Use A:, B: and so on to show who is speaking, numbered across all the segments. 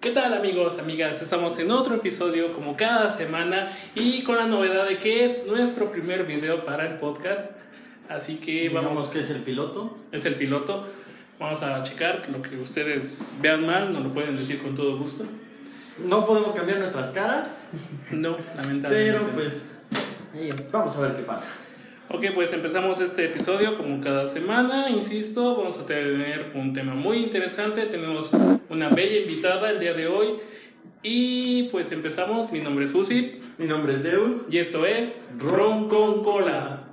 A: ¿Qué tal amigos, amigas? Estamos en otro episodio como cada semana y con la novedad de que es nuestro primer video para el podcast. Así que
B: Digamos
A: vamos,
B: que es el piloto.
A: es el piloto. Vamos a checar lo que ustedes vean mal, nos lo pueden decir con todo gusto.
B: No podemos cambiar nuestras caras,
A: No, lamentablemente.
B: pero pues ahí, vamos a ver qué pasa.
A: Ok, pues empezamos este episodio como cada semana, insisto, vamos a tener un tema muy interesante, tenemos una bella invitada el día de hoy y pues empezamos, mi nombre es Uzi
B: Mi nombre es Deus.
A: y esto es Ron con Cola.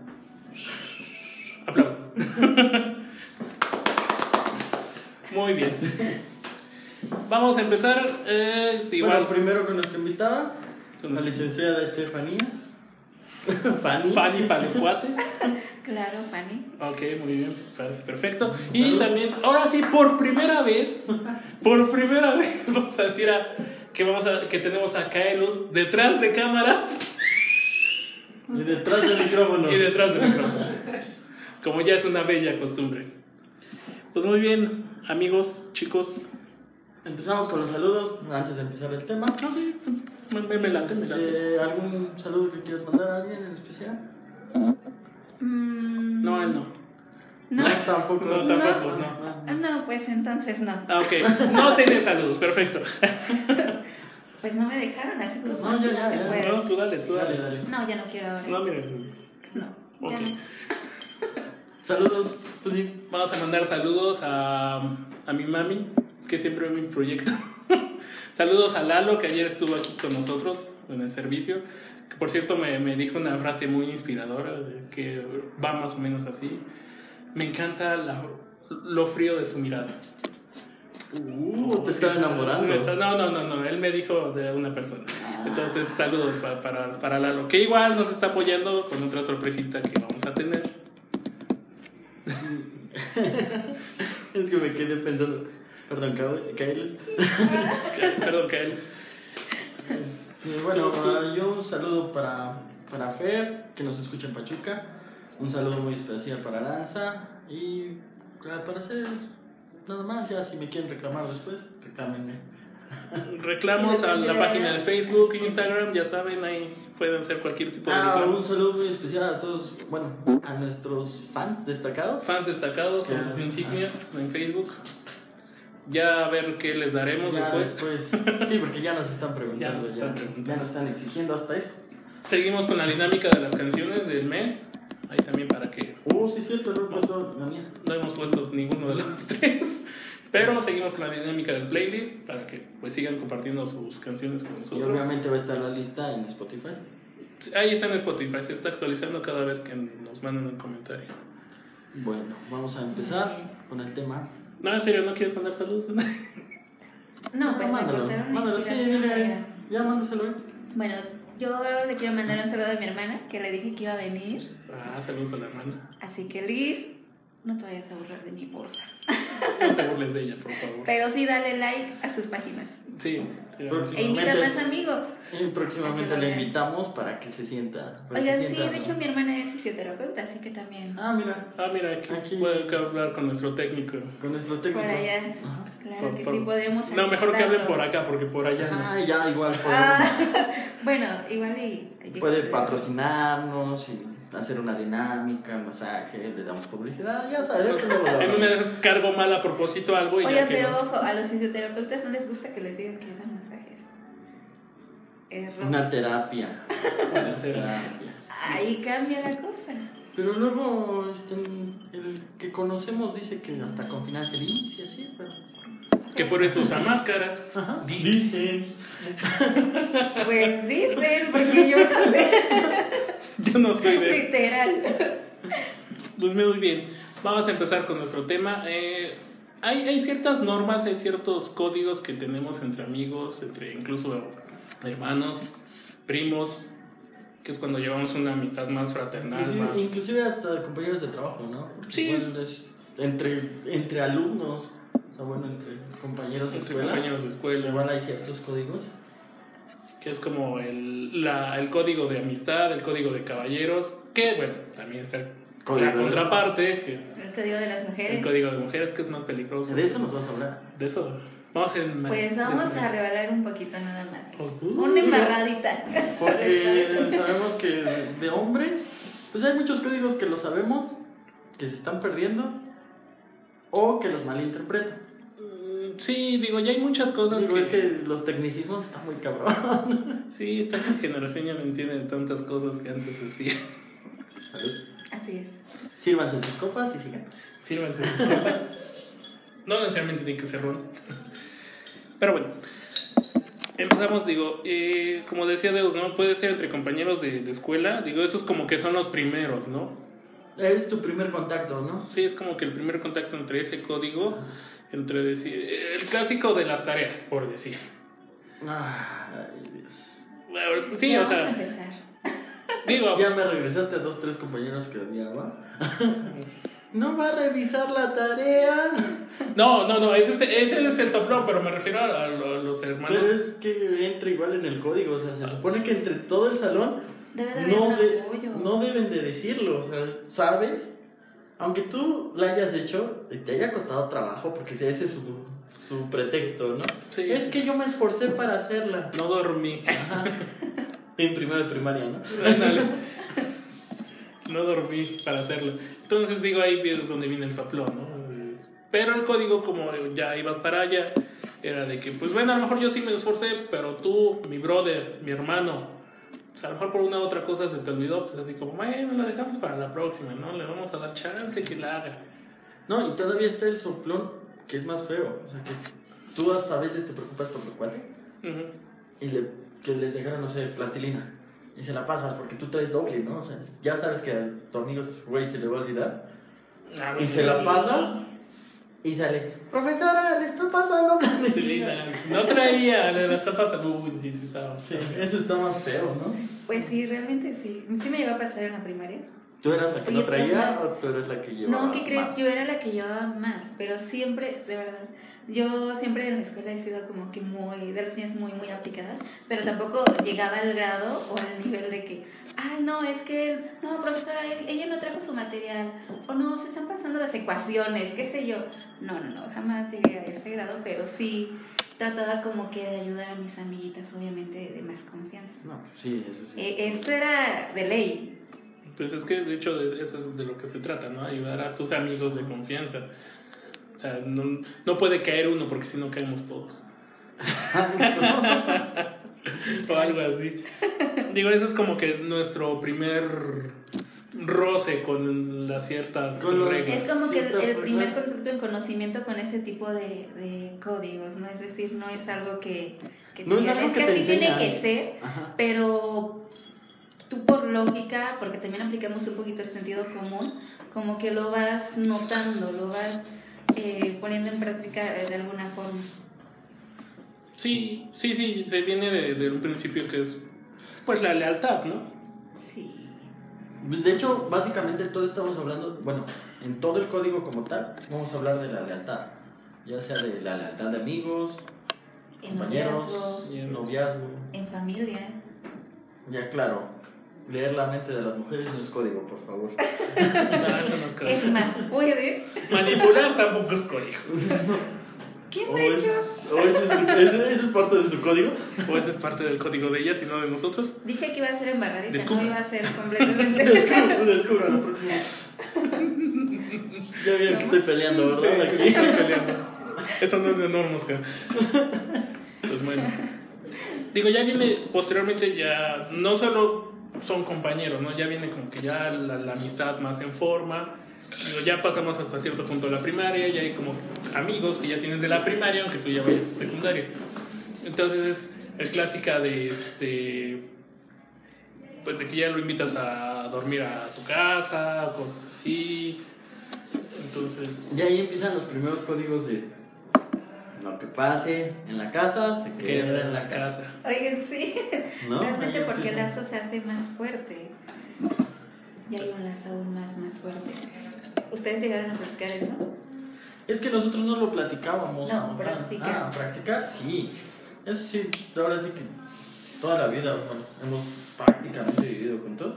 A: Aplausos. muy bien. Vamos a empezar eh, igual
B: Bueno, primero con nuestra invitada,
A: Con
B: la
A: nuestra-
B: licenciada Estefanía. Fanny.
A: Fanny para los cuates.
C: Claro, Fanny.
A: Ok, muy bien, parece perfecto. Y también, ahora sí, por primera vez, por primera vez vamos a decir a- que, vamos a, que tenemos a Kaelus detrás de cámaras
B: Y detrás del micrófono.
A: y detrás de micrófonos. Como ya es una bella costumbre. Pues muy bien, amigos, chicos.
B: Empezamos con los saludos antes de empezar el tema.
A: Ok, me, me- me late, me late.
B: Este, ¿Algún saludo que quieras mandar a alguien en especial?
C: Mm,
A: No, él no.
C: No,
B: Tampoco.
A: No, tampoco, no.
C: no, pues entonces no.
A: Ah, ok, no tiene saludos, perfecto.
C: Pues no me dejaron así como
B: No,
C: así
B: ya,
C: no
B: ya,
C: se
B: ya,
C: puede.
A: No, tú dale, tú
B: Ah, Dale,
A: dale.
B: dale.
C: No, ya no quiero ahora.
A: No,
C: No,
A: miren.
C: ya
A: Ok.
C: no.
B: Saludos, Fusil.
A: Vamos a mandar saludos a, a mi mami, que siempre ve mi proyecto. saludos a Lalo, que ayer estuvo aquí con nosotros en el servicio. Que por cierto, me, me dijo una frase muy inspiradora, eh, que va más o menos así. Me encanta la- lo frío de su mirada.
B: Uh, te está
A: Me está-
B: enamorando.
A: No, no, no, no, él me dijo de una persona. Entonces, saludos pa- para, para Lalo, que igual nos está apoyando con otra sorpresita que vamos a tener.
B: Es que me quedé pensando. Perdón, Kyle- Kyle.
A: Que- Perdón, que él.
B: Este, bueno, ah, yo un saludo para, para Fer, que nos escucha en Pachuca. Un saludo muy especial para Lanza. Y al parecer, nada más, ya si me quieren reclamar después, reclámenme.
A: Reclamos a la página de Facebook, Instagram, ya saben, ahí pueden ser cualquier tipo de
B: Ah,
A: reclamo.
B: un saludo muy especial a todos, bueno, a nuestros fans destacados.
A: Fans destacados con
B: Ah.
A: sus insignias en Facebook. Ya a ver qué les daremos
B: Ya
A: después.
B: después- Sí, porque ya nos están
A: Ya nos
B: preguntando,
A: están
B: ya,
A: preguntando.
B: ya nos están exigiendo hasta eso.
A: Seguimos con la dinámica de las canciones del mes. Ahí también para que
B: Uh, sí, cierto, no he puesto la mía.
A: no hemos puesto ninguno de los tres. Pero seguimos con la dinámica del playlist para que pues sigan compartiendo sus canciones con
B: Y
A: nosotros.
B: obviamente va a estar la lista en Spotify.
A: Ahí está en Spotify, se está actualizando cada vez que nos mandan un comentario.
B: Bueno, vamos a empezar con el tema.
A: No, en serio, ¿no quieres mandar saludos?
C: No, pues me
B: mándalo,
C: cortaron la
B: mándalo, sí,
C: inspiración.
B: dile, ya mándaselo. eh.
C: Bueno, yo le quiero mandar un saludo a mi hermana que le dije que iba a venir.
A: ah, saludos a la hermana.
C: Así que Liz, no te vayas a burlar de mí, porfa.
A: No te burles de ella, por favor.
C: Pero sí dale like a sus páginas.
A: Sí, sí.
B: Próximo.
C: E invita a
B: Próximamente.
C: más amigos.
B: Y Eh, próximamente
C: Quedó
B: le
C: bien.
B: invitamos para que se sienta. para que
C: Oigan, sí,
B: sienta,
C: de
B: ¿no?
C: hecho mi hermana es fisioterapeuta, así que también.
B: Ah, mira,
A: Ah, mira, aquí,
B: Aquí.
A: puedo que hablar con nuestro técnico.
B: con nuestro
C: Por
B: técnico.
C: allá.
B: Ajá.
C: Claro
A: Por-
C: que
A: por-
C: sí, podremos
A: No, mejor que hablen por
C: acá
A: acá, porque por allá no.
B: Ah, ya, igual puede,
C: Ah, bueno, igual y.
B: puede patrocinarnos y hacer una dinámica, un masaje, le damos publicidad, ya sabes. eso luego lo
A: En una
B: hablamos.
A: de esas cargo mal a propósito algo y
C: Oye,
A: ya que
C: pero
A: nos-
C: ojo, a los fisioterapeutas no les gusta que les digan que dan masajes. Error.
B: Una terapia. Una terapia.
C: Ahí cambia la cosa.
B: Pero luego, este, el que conocemos dice que hasta con final feliz y así, pero...
A: Que por eso usa máscara.
B: Ajá.
A: Di-
B: Dicen.
C: Pues dicen, porque yo no sé.
A: Yo no soy de...
C: Literal.
A: Pues muy bien, vamos a empezar con nuestro tema. Eh, hay, hay ciertas normas, hay ciertos códigos que tenemos entre amigos, entre incluso hermanos, primos, que es cuando llevamos una amistad más fraternal,
B: Inclusive,
A: más...
B: inclusive hasta compañeros de trabajo, ¿no? Porque
A: Sí,
B: igual es entre, entre alumnos, o sea, bueno, entre compañeros de
A: entre
B: escuela.
A: compañeros de escuela.
B: Igual hay ciertos códigos.
A: que es como el, la- el código de amistad, el código de caballeros, que bueno, también está el-
B: Código
A: la
B: de-
A: contraparte, que es
C: El código de las
A: el
C: mujeres.
A: código de mujeres, que es más peligroso.
B: De eso nos vas a hablar.
A: De eso Vamos en.
C: Pues vamos a revelar un poquito nada más.
A: Uh.
C: Una embarradita. ¿Les
B: Porque
C: parece?
B: sabemos que de de hombres, pues hay muchos códigos que lo sabemos, que se están perdiendo o que los malinterpretan.
A: Mm, Sí, digo, ya hay muchas cosas
B: Digo,
A: que,
B: es que los tecnicismos están muy cabrón.
A: Sí, esta generación ya no entiende tantas cosas que antes decía.
C: Así es.
B: Sírvanse sus copas y sigan.
A: Sírvanse sus copas. No necesariamente tiene que ser ronda. Pero bueno. Empezamos, digo, eh, como decía Deus, ¿no? Puede ser entre compañeros de, de escuela. Digo, esos como que son los primeros, ¿no?
B: Es tu primer contacto, ¿no?
A: Sí, es como que el primer contacto entre ese código, entre decir, el clásico de las tareas, por decir.
B: Ay, Dios.
A: Bueno, Sí,
C: Ya
A: o
C: vamos a
A: sea,
C: empezar.
A: digo,
B: Ya me regresaste a dos, tres compañeros que odiaba. No va a revisar la tarea.
A: no, no, no, ese es, ese es el soplón, pero me refiero a, a lo- a los hermanos.
B: Pero es que entra igual en el código. O sea, se supone que entre todo el salón
C: Debe de haber
B: no,
C: un
B: de-
C: apoyo.
B: no deben de decirlo, o sea, ¿sabes? Aunque tú la hayas hecho y te haya costado trabajo, porque ese es su, su pretexto, ¿no?
A: Sí.
B: Es que yo me esforcé para hacerla.
A: No dormí.
B: En primero de primaria, ¿no?
A: Ándale. No dormí para hacerlo. Entonces digo, ahí es donde viene el soplón, ¿no? Es- Pero el código, como ya ibas para allá, era de que, pues bueno, a lo mejor yo sí me esforcé, pero tú, mi brother, mi hermano, pues a lo mejor por una u otra cosa se te olvidó, pues así como, bueno, la dejamos para la próxima, ¿no? Le vamos a dar chance que la haga.
B: No, y todavía está el soplón, que es más feo. O sea, que tú hasta a veces te preocupas por tu cuate
A: Ujú.
B: y le, que les dejaron, no sé, plastilina. Y se la pasas porque tú traes doble, ¿no? O sea, ya sabes que a tu amigo güey se le va a olvidar.
A: Ah,
B: Y
A: pues,
B: se la pasas y sale, profesora, le está pasando
A: pues, sí,
B: plastilina.
A: linda. No traía, le la está pasando. Uy, sí, sí, estaba.
B: Sí, eso está más feo, ¿no?
C: Pues sí, realmente sí. Sí me llegó a pasar en la primaria.
B: ¿Tú eras la que no
C: Oye, es
B: traía
C: más-
B: o tú eras la que llevaba?
C: No, ¿qué crees?
B: más?
C: Yo era la que llevaba más, pero siempre, de verdad, yo siempre en la escuela he sido como que muy, de las niñas muy, muy aplicadas, pero tampoco llegaba al grado o al nivel de que, ay, no, es que, no, profesora, él- ella no trajo su material, o no, se están pasando las ecuaciones, qué sé yo. No, no, no, jamás llegué a ese grado, pero sí trataba como que de ayudar a mis amiguitas, obviamente, de más confianza.
B: No, pues sí, eso sí.
C: Eh, esto era de ley,
A: Pues es que de hecho de- eso es de lo que se trata, ¿no? Ayudar a tus amigos de confianza. O sea, no, no puede caer uno porque si no caemos todos. o algo así. Digo, eso es como que nuestro primer roce con las ciertas
B: Con los-
A: reglas.
C: Es como que el,
B: Ciertas
C: el primer
B: reglas.
C: contacto en conocimiento con ese tipo de, de códigos, ¿no? Es decir, no es algo que, que te
B: No es
C: digan,
B: algo
C: es
B: que
C: que,
B: te
C: así tiene
B: enseñan".
C: que ser,
B: Ajá.
C: pero tú por lógica, porque también aplicamos un poquito el sentido común, como que lo vas notando, lo vas eh, poniendo en práctica eh, de alguna forma.
A: Sí, sí, sí, se viene de, de un principio que es pues la lealtad, ¿no?
C: Sí.
B: Pues, de hecho, básicamente todo estamos hablando, bueno, en todo el código como tal, vamos a hablar de la lealtad. Ya sea de la lealtad de amigos,
C: En
B: compañeros,
C: noviazgo,
A: compañeros.
B: noviazgo.
C: en familia.
B: Ya claro, leer la mente de las mujeres no es código, por favor.
A: Ah, eso no es código.
C: Es más, puede.
A: Manipular tampoco es código.
C: ¿Quién
B: O
C: lo ha
B: es,
C: hecho?
B: o ese es, tu- ese- ese es parte de su código.
A: O esa es parte del código de ellas y no de nosotros.
C: Dije que iba a ser embarradita,
A: Descubre.
C: no iba a ser completamente.
B: Descubro, descubro la próxima. Ya vieron que estoy peleando, ¿verdad?
A: Sí,
B: Aquí.
A: estás peleando. Eso no es de normas, cara. Pues bueno. Digo, ya viene posteriormente, ya no solo son compañeros, ¿no? Ya viene como que ya la, la amistad más en forma. Digo, ya pasamos hasta cierto punto de la primaria, ya hay como amigos que ya tienes de la primaria, aunque tú ya vayas a secundaria. Entonces es el clásica de este. Pues de que ya lo invitas a dormir a tu casa, cosas así. Entonces.
B: Y ahí empiezan los primeros códigos de lo que pase en la casa se,
A: Se
B: queda,
A: queda
B: en la casa.
C: Oigan, sí.
B: ¿No?
C: Realmente
B: Ahí
C: porque el
B: empiezan.
C: lazo se hace más fuerte. Y hay un lazo aún más, más fuerte. ¿Ustedes llegaron a practicar eso?
B: Es que nosotros no lo platicábamos.
C: No,
B: como tal.
C: practicar.
B: Ah, practicar sí. Eso sí, ahora sí que toda la vida bueno, hemos prácticamente vivido juntos.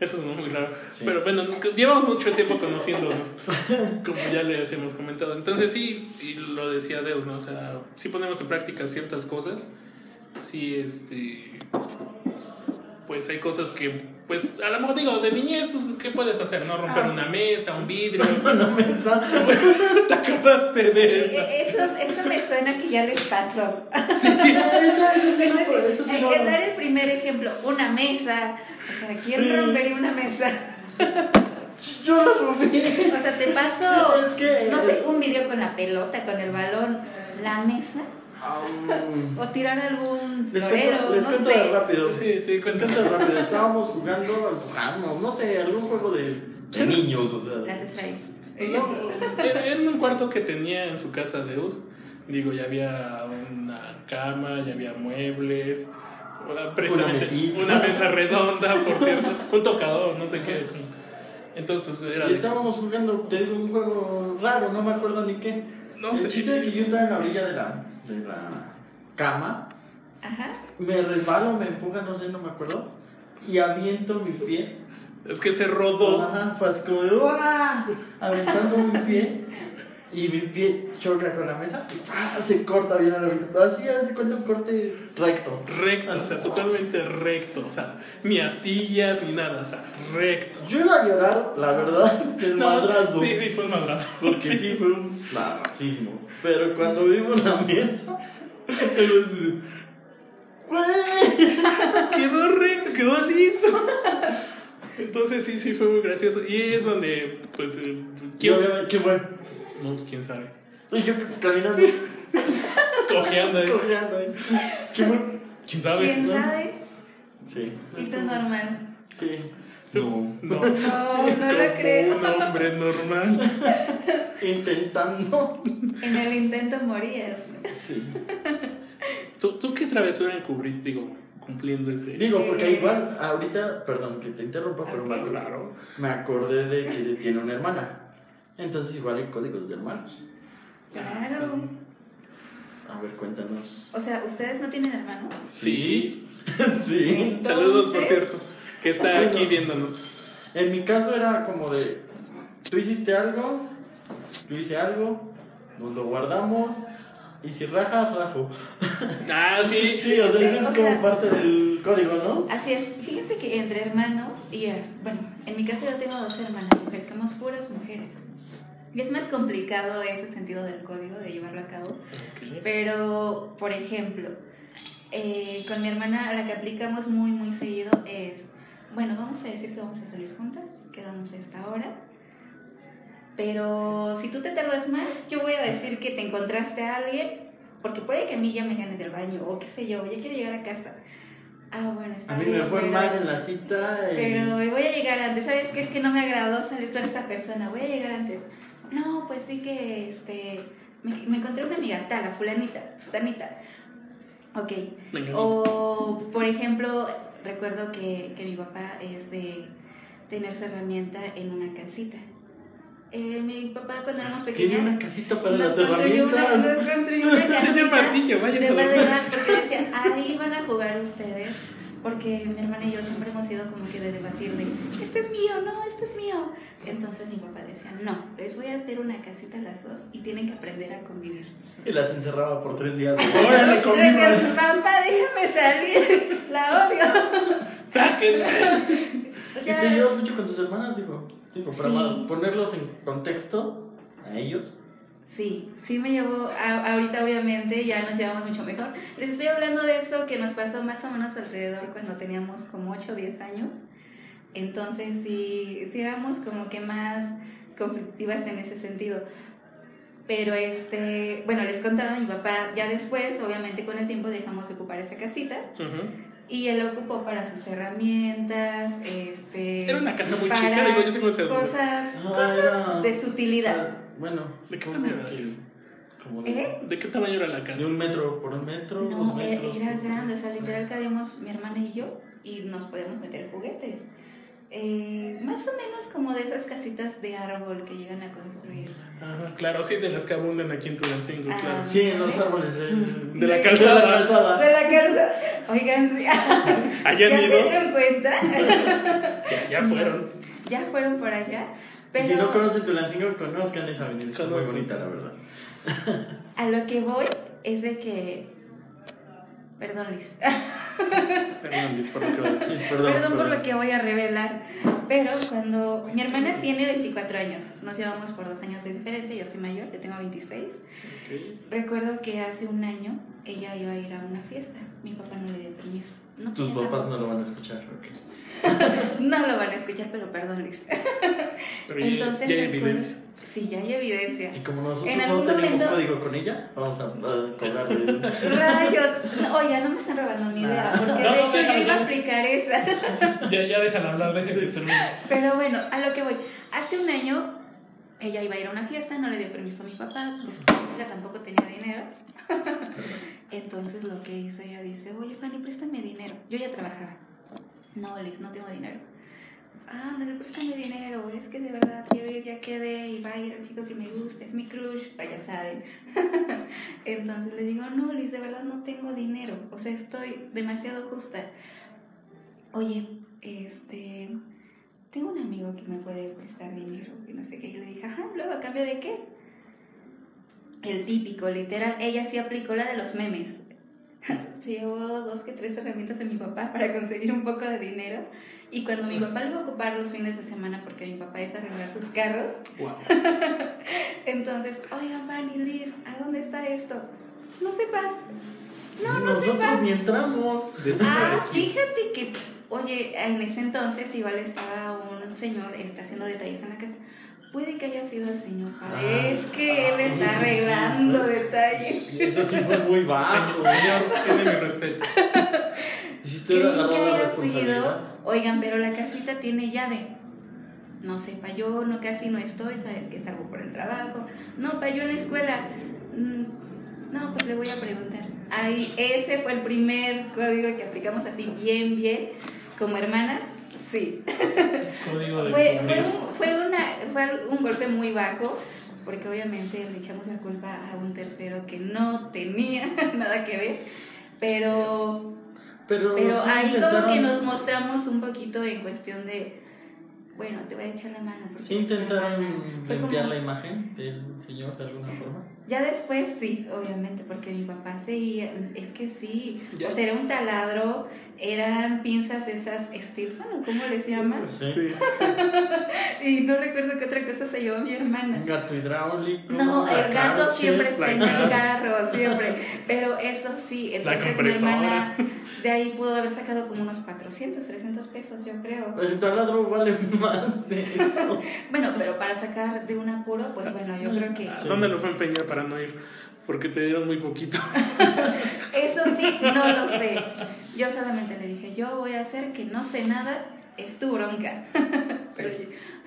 A: Eso es muy raro.
B: Sí.
A: Pero bueno, llevamos mucho tiempo conociéndonos, como ya les hemos comentado. Entonces sí, y lo decía Deus, ¿no? O sea, sí ponemos en práctica ciertas cosas. Sí, este... Pues hay cosas que, pues, a lo mejor digo, de niñez, pues, ¿qué puedes hacer? ¿No? Romper
C: Ah.
A: una mesa, un vidrio.
B: Una mesa.
A: ¿Te acordaste de eso?
C: Eso, eso me suena que ya les pasó.
B: Sí, esa, esa sí, no,
C: Es
B: esa sí
C: decir,
B: no.
C: Pues hay que dar el primer ejemplo, una mesa. O sea, ¿quién
B: Sí.
C: rompería una mesa?
B: Yo la rompí.
C: O sea, te paso,
B: Es que- eh,
C: no sé, un vidrio con la pelota, con el balón, la mesa,
B: Am,
C: o tirar algún
B: Les cuento,
C: florero,
B: les
C: no
B: cuento
C: sé.
B: rápido.
A: Sí, sí,
B: Les
A: cuéntame.
B: cuento rápido. Estábamos jugando al Pujano, no sé, algún juego de, de
A: Sí.
B: niños, o sea.
C: Las strikes.
A: No, en en un cuarto que tenía en su casa Deus, digo, ya había una cama, ya había muebles, o la- precisamente
B: mesita.
A: una, mesa redonda, por cierto, un tocador, no sé qué. Entonces, pues era.
B: Y
A: de-
B: estábamos jugando, te digo, un juego raro, no me acuerdo ni qué.
A: No
B: el
A: sé.
B: chiste es que yo estaba en la orilla de la, de la cama,
C: Ajá.
B: me resbalo, me empuja, no sé, no me acuerdo, y aviento mi pie.
A: Es que se rodó.
B: Ajá, fue así como, ¡uah! Aventando mi pie, y mi pie choca con la mesa, y ¡pah! se corta bien a la orilla. Así, hace cuenta un corte recto.
A: Recto, o sea,
B: Ajá.
A: totalmente recto, o sea, ni astillas ni nada, o sea, recto.
B: Yo iba a llorar, la verdad, del
A: No,
B: madrazo.
A: sí, sí, fue un madrazo.
B: Porque sí fue un madrasismo. Pero cuando vimos la mesa, era así, ¡Güey!
A: quedó recto, quedó liso. Entonces sí, sí fue muy gracioso. Y es donde, pues, eh,
B: Y
A: ¿quién,
B: obviamente, ¿Qué fue?
A: no, pues, quién sabe.
B: Y yo caminando,
A: Cojeando, eh.
B: cojeando. ahí. ¿Qué fue?
A: quién sabe.
C: ¿Quién
B: ¿no?
C: sabe?
B: Sí.
C: Esto es normal.
B: Sí. No.
A: No,
C: No, no
A: como
C: lo creo.
A: Un hombre normal.
B: Intentando.
C: En el intento morías.
B: Sí.
A: ¿Tú, tú qué travesura encubriste, digo, cumpliendo ese?
B: Digo, porque igual, ahorita, perdón que te interrumpa, pero más
A: Claro.
B: Me acordé de que tiene una hermana. Entonces, igual hay códigos de hermanos.
C: Claro.
B: A ver, cuéntanos.
C: O sea, ¿ustedes no tienen hermanos?
A: Sí.
B: Sí.
A: Saludos, por
C: Entonces-
A: cierto, que está
B: Bueno.
A: aquí viéndonos.
B: En mi caso era como de, tú hiciste algo, yo hice algo, nos lo guardamos y si rajas, rajo.
A: Ah, sí, sí.
B: Sí, o sea,
C: sí,
B: eso es
C: o
B: como
C: sea-
B: parte del código, ¿no?
C: Así es, fíjense que entre hermanos y as- bueno, en mi caso yo tengo dos hermanas mujeres, somos puras mujeres. Y es más complicado ese sentido del código de llevarlo a cabo, pero por ejemplo, eh, con mi hermana a la que aplicamos muy muy seguido es, bueno, vamos a decir que vamos a salir juntas, quedamos a esta hora. Pero si tú te tardas más, yo voy a decir que te encontraste a alguien, porque puede que a mí ya me gane del baño, o qué sé yo, ya quiero llegar a casa. Ah, bueno, está
B: A mí
C: bien.
B: me fue
C: pero-
B: mal en la cita. y-
C: pero voy a llegar antes, ¿sabes qué? Es que no me agradó salir con esa persona, voy a llegar antes. No, pues sí que este, me, me encontré una amiga, tal, la fulanita, sutanita. Ok,
A: Venga,
C: Oh, o por ejemplo, recuerdo que, que mi papá es de tener su herramienta en una casita. Eh, mi papá cuando éramos
B: Ah, Tiene una
C: pequeños
B: casita para
C: nos
B: las
C: construyó una,
B: herramientas.
C: nos construyó una
A: Sí, de
C: casita
A: martillo, vaya
C: de
A: solo.
C: madera, porque decía, ahí van a jugar ustedes, porque mi hermana y yo siempre hemos sido como que de debatir de, este es mío, no, este es mío. Entonces mi papá decía, no, les voy a hacer una casita a las dos y tienen que aprender a convivir.
B: Y las encerraba por tres días.
A: Órale,
C: Gracias,
B: conmigo.
C: papá, déjame salir, la odio.
A: Sáquenme.
B: ¿Y
C: Ya.
B: te llevas mucho con tus hermanas? Digo, digo para
C: Sí.
B: ponerlos en contexto a ellos.
C: Sí, sí me llevo, a- ahorita obviamente ya nos llevamos mucho mejor. Les estoy hablando de eso que nos pasó más o menos alrededor cuando teníamos como 8 o 10 años. Entonces sí, sí éramos como que más conflictivas en ese sentido. Pero este, bueno, les contaba a mi papá, ya después, obviamente con el tiempo dejamos de ocupar esa casita
A: Ujú.
C: y él la ocupó para sus herramientas, este...
A: Era una casa muy
C: para
A: chica, digo, yo tengo esa duda.
C: Cosas,
B: Ah, era-
C: cosas de su utilidad.
B: Ah, Bueno,
A: ¿De qué
B: como
A: tamaño
B: que-
A: eres?
B: como de-
C: ¿Eh?
A: ¿De qué tamaño era la
B: De
A: casa?
B: un metro por un metro. dos
C: No, e-
B: metros.
C: era grande, o sea, literal cabíamos mi hermana y yo y nos podíamos meter juguetes. eh, más o menos como de esas casitas de árbol que llegan a construir.
A: Ajá, claro, sí, de las que abundan aquí en Tulancingo,
C: Ah.
A: claro.
B: Sí, en los árboles. eh.
A: De la
C: De-
B: De la
A: calzada.
B: calzada.
C: De la calza. Oigan, sí.
A: Allá
C: ¿Ya
A: han
C: se
A: ido,
C: dieron cuenta?
A: ya, ya fueron.
C: ya fueron por allá. Pero
B: Si no conocen Tulancingo, conozcan esa avenida. Está muy
A: Conozcan.
B: bonita, la verdad.
C: a lo que voy es de que. Perdón, Liz.
A: Perdón, Liz, por lo que voy a decir.
B: Sí,
C: Perdón,
B: perdón.
C: por lo
B: perdón.
C: que voy a revelar, pero cuando mi hermana tiene 24 años, nos llevamos por dos años de diferencia, yo soy mayor, yo tengo 26. Recuerdo que hace un año ella iba a ir a una fiesta, mi papá no le dio permiso. No
B: Ok. Tus
C: tenía
B: papás
C: tampoco-
B: no lo van a escuchar. ok.
C: No lo van a escuchar, pero perdón, Liz.
A: Pero ya-
C: Entonces,
A: ya hay
C: recuerdo-
A: evidencia.
C: Sí, ya hay evidencia.
B: Y como nosotros
C: En
B: no
C: algún
B: tenemos
C: momento-
B: código con ella, vamos a, a cobrarle.
C: Rayos, no, oye, no me están robando mi idea, porque
A: Ah. No,
C: de
A: no,
C: hecho yo
A: déjalo,
C: iba a
A: ya.
C: aplicar esa.
A: Ya, ya déjala hablar, déjala que termine.
C: Pero bueno, a lo que voy. Hace un año ella iba a ir a una fiesta, no le dio permiso a mi papá, pues ella tampoco tenía dinero. Entonces lo que hizo ella dice, oye Fanny, préstame dinero. Yo ya trabajaba. No, Liz, no tengo dinero. Ah, no le préstame dinero, es que de verdad quiero ir, ya quedé y va a ir el chico que me gusta, es mi crush, pues ya saben. Entonces le digo, no, Liz, de verdad no tengo dinero, o sea, estoy demasiado justa. Oye, este, tengo un amigo que me puede prestar dinero, que no sé qué. Y le dije, ajá, luego, ¿a cambio de qué? El típico, literal. Ella sí aplicó la de los memes. Se llevó dos que tres herramientas de mi papá para conseguir un poco de dinero. Y cuando mi papá lo iba a ocupar los fines de semana, porque mi papá es arreglar sus carros,
A: Wow.
C: entonces, oiga, Fanny, Liz, ¿a dónde está esto? No sepa. No, no
B: Nosotros
C: sepa.
B: ni entramos.
C: Ah, fíjate que, oye, en ese entonces igual estaba un señor, está haciendo detalles en la casa. Puede que haya sido el señor.
B: Ah,
C: es que él
B: ah,
C: está
B: eso sí
C: arreglando
B: fue.
C: detalles.
B: Eso sí fue muy bajo.
A: Señor, tiene mi respeto.
B: Hiciste
C: Creo
B: la
C: que
B: la
C: haya sido,
B: responsabilidad.
C: oigan, pero la casita tiene llave. No sé, pa, yo no casi no estoy, sabes que salgo por el trabajo. No, pa, yo en la escuela. Mm, No, pues le voy a preguntar. Ahí, ese fue el primer código que aplicamos así bien, bien, como hermanas. Sí,
A: Código de
C: fue, fue,
A: cumplir.
C: un, fue, una, fue un golpe muy bajo, porque obviamente le echamos la culpa a un tercero que no tenía nada que ver, pero,
B: Pero,
C: pero
B: sí
C: ahí como
B: intentaron-
C: que nos mostramos un poquito en cuestión de, bueno, te voy a echar la mano. porque
B: Sí
C: eres mi
B: intentaron
C: hermana. Fue como-
B: limpiar la imagen del señor de alguna forma.
C: Ya después sí, obviamente, porque mi papá seguía, es que sí,
A: Ya.
C: o sea, era un taladro, eran pinzas esas Stilson o cómo les llaman,
B: Sí.
A: Sí.
C: y no recuerdo qué otra cosa se llevó mi hermana.
B: Un gato hidráulico.
C: No,
B: la
C: el gato
B: cárcel,
C: siempre está
A: la
C: en el
A: cara.
C: carro, siempre. Pero eso sí, entonces mi
A: compresora.
C: hermana de ahí pudo haber sacado como unos 400, 300 pesos, yo creo.
B: El taladro vale más de eso.
C: Bueno, pero para sacar de un apuro, pues bueno, yo creo que
A: Ah, ¿Dónde lo fue a empeñar para no ir? Porque te dieron muy poquito.
C: eso sí, no lo sé. Yo solamente le dije, yo voy a hacer que no sé nada, es tu bronca. Pero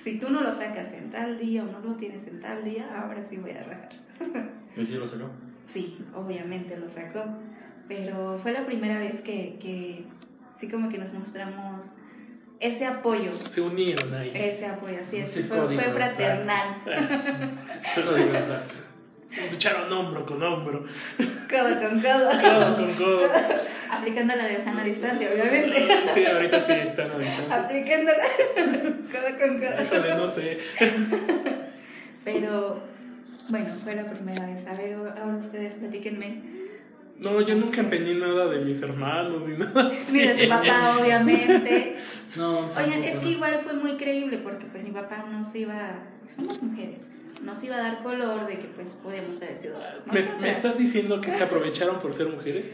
C: si tú no lo sacas en tal día o no lo tienes en tal día, ahora sí voy a rajar.
B: Y sí lo sacó.
C: Sí, obviamente lo sacó. Pero fue la primera vez que, que sí como que nos mostramos ese apoyo.
A: Se unieron ahí.
C: Ese apoyo, así es.
B: Ese
C: Fue,
B: código,
C: fue fraternal.
B: Se lo digo, claro.
A: Se lucharon hombro con hombro.
C: Codo con codo.
A: Codo con codo.
C: Aplicando la de sana distancia, obviamente.
A: Sí, ahorita sí, están a distancia.
C: Aplicándola codo con codo.
A: Híjole, no sé.
C: Pero bueno, fue la primera vez. A ver, ahora ustedes platíquenme.
A: No, yo nunca empeñé nada de mis hermanos ni nada.
C: Ni de tu papá, obviamente.
B: No,
C: Oigan, es
B: tampoco.
C: que igual fue muy creíble porque pues mi papá nos iba, pues, somos mujeres, nos iba a dar color de que pues podíamos haber sido
A: ¿Me,
C: nosotras.
A: me estás diciendo que se aprovecharon por ser mujeres?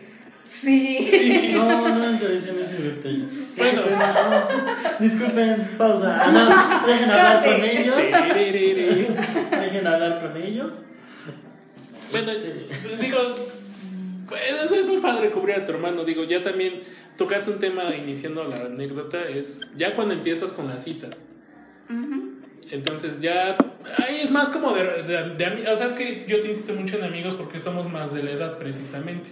C: Sí.
B: No, no me interesa en ese detalle.
A: Bueno.
B: No, disculpen, pausa. Ah, no, dejen hablar con
C: Corte.
B: ellos.
A: Tererere.
B: Dejen hablar con ellos.
A: Bueno, digo, bueno, eso es muy padre cubrir a tu hermano. Digo, ya también tocaste un tema iniciando la anécdota, es ya cuando empiezas con las citas.
C: Ujú.
A: Entonces ya, ahí es más como de, de, de ami- o sea, es que yo te insisto mucho en amigos porque somos más de la edad precisamente.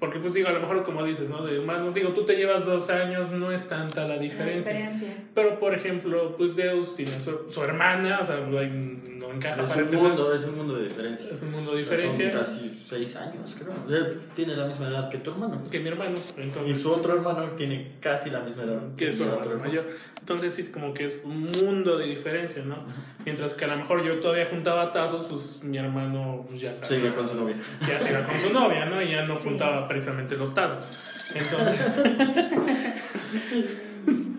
A: Porque pues digo, a lo mejor como dices, ¿no? De humanos, digo, tú te llevas dos años, no es tanta la diferencia.
C: La diferencia.
A: Pero por ejemplo, pues Deus tiene a su, su hermana, o sea, no, hay- no encaja
B: Es
A: para
B: un,
A: empezar.
B: mundo, es un mundo de diferencia.
A: Es un mundo de
B: Son
A: diferencia
B: casi seis años, creo. Él tiene la misma edad que tu hermano.
A: que mi hermano. Entonces,
B: Y su otro hermano tiene casi la misma edad.
A: que es su
B: mi
A: hermano
B: otro
A: mayor. Entonces sí, como que es un mundo de diferencia, ¿no? Mientras que a lo mejor yo todavía juntaba tazos, pues mi hermano pues, ya sabía.
B: Sigue con su novia.
A: Ya se iba con su novia, ¿no? Y ya no
C: Sí.
A: juntaba precisamente los tazos. Entonces...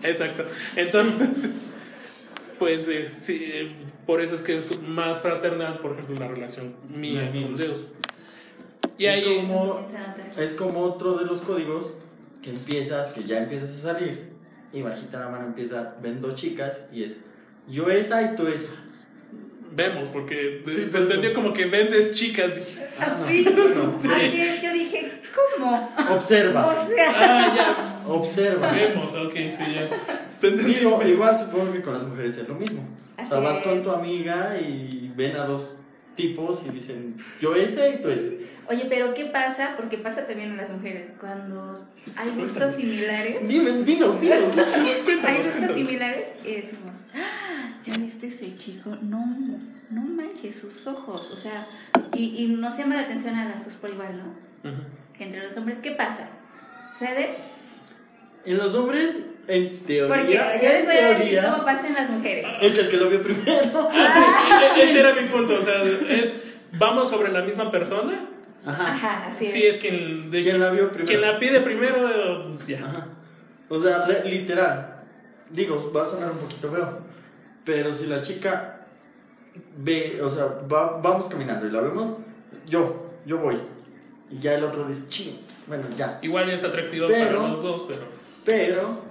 A: Exacto. Entonces, pues eh, sí, eh, por eso es que es más fraternal, por ejemplo, la relación mía
B: Amigos.
A: con Deus. Y
B: Es
A: ahí...
B: como- Eh,
C: Se nota.
B: Es como otro de los códigos que empiezas, que ya empiezas a salir. Y bajita la mano empieza, ven dos chicas y es yo esa y tú esa.
A: Vemos, porque
B: Sí,
A: se
B: por eso.
A: entendió como que vendes chicas.
B: ah,
C: Así,
B: bueno, sí.
C: así es, yo dije, ¿cómo? O
B: Observas,
C: sea,
A: Ah, ya,
B: observas.
A: vemos, ok, sí, ya. Te entendí.
B: Digo, igual supongo que con las mujeres es lo mismo. O sea,
C: Así
B: vas con
C: es.
B: tu amiga y ven a dos tipos y dicen yo ese y tú ese.
C: oye, pero ¿qué pasa? Porque pasa también en las mujeres, cuando hay gustos similares,
B: Dime, dinos, dinos.
A: Cu- cuéntanos,
C: hay gustos
A: cuéntanos.
C: similares y decimos, "Ah, ya viste ese chico, no, no manches sus ojos, o sea, y, y nos llama la atención a las dos por igual, ¿no?
A: Ujú.
C: Entre los hombres, ¿qué pasa? ¿Cede?
B: En los hombres, en teoría,
C: Porque yo les
B: en
C: voy a decir
B: teoría,
C: cómo pasa en las mujeres.
B: es el que lo vio primero.
A: Ah, sí, e- Ese era mi punto, o sea, es, vamos sobre la misma persona.
B: Ajá.
C: Ajá, así
A: Si
C: es.
A: es quien, de
B: ¿Quién
A: quien-
B: la vio primero?
A: quien la pide primero, pues ya.
B: Ajá. O sea, re- literal. Digo, va a sonar un poquito feo. Pero si la chica ve, o sea, va- vamos caminando y la vemos, yo, yo voy. Y ya el otro dice, ching, bueno, ya.
A: Igual es atractivo
B: Pero-
A: para los dos, pero.
B: Pero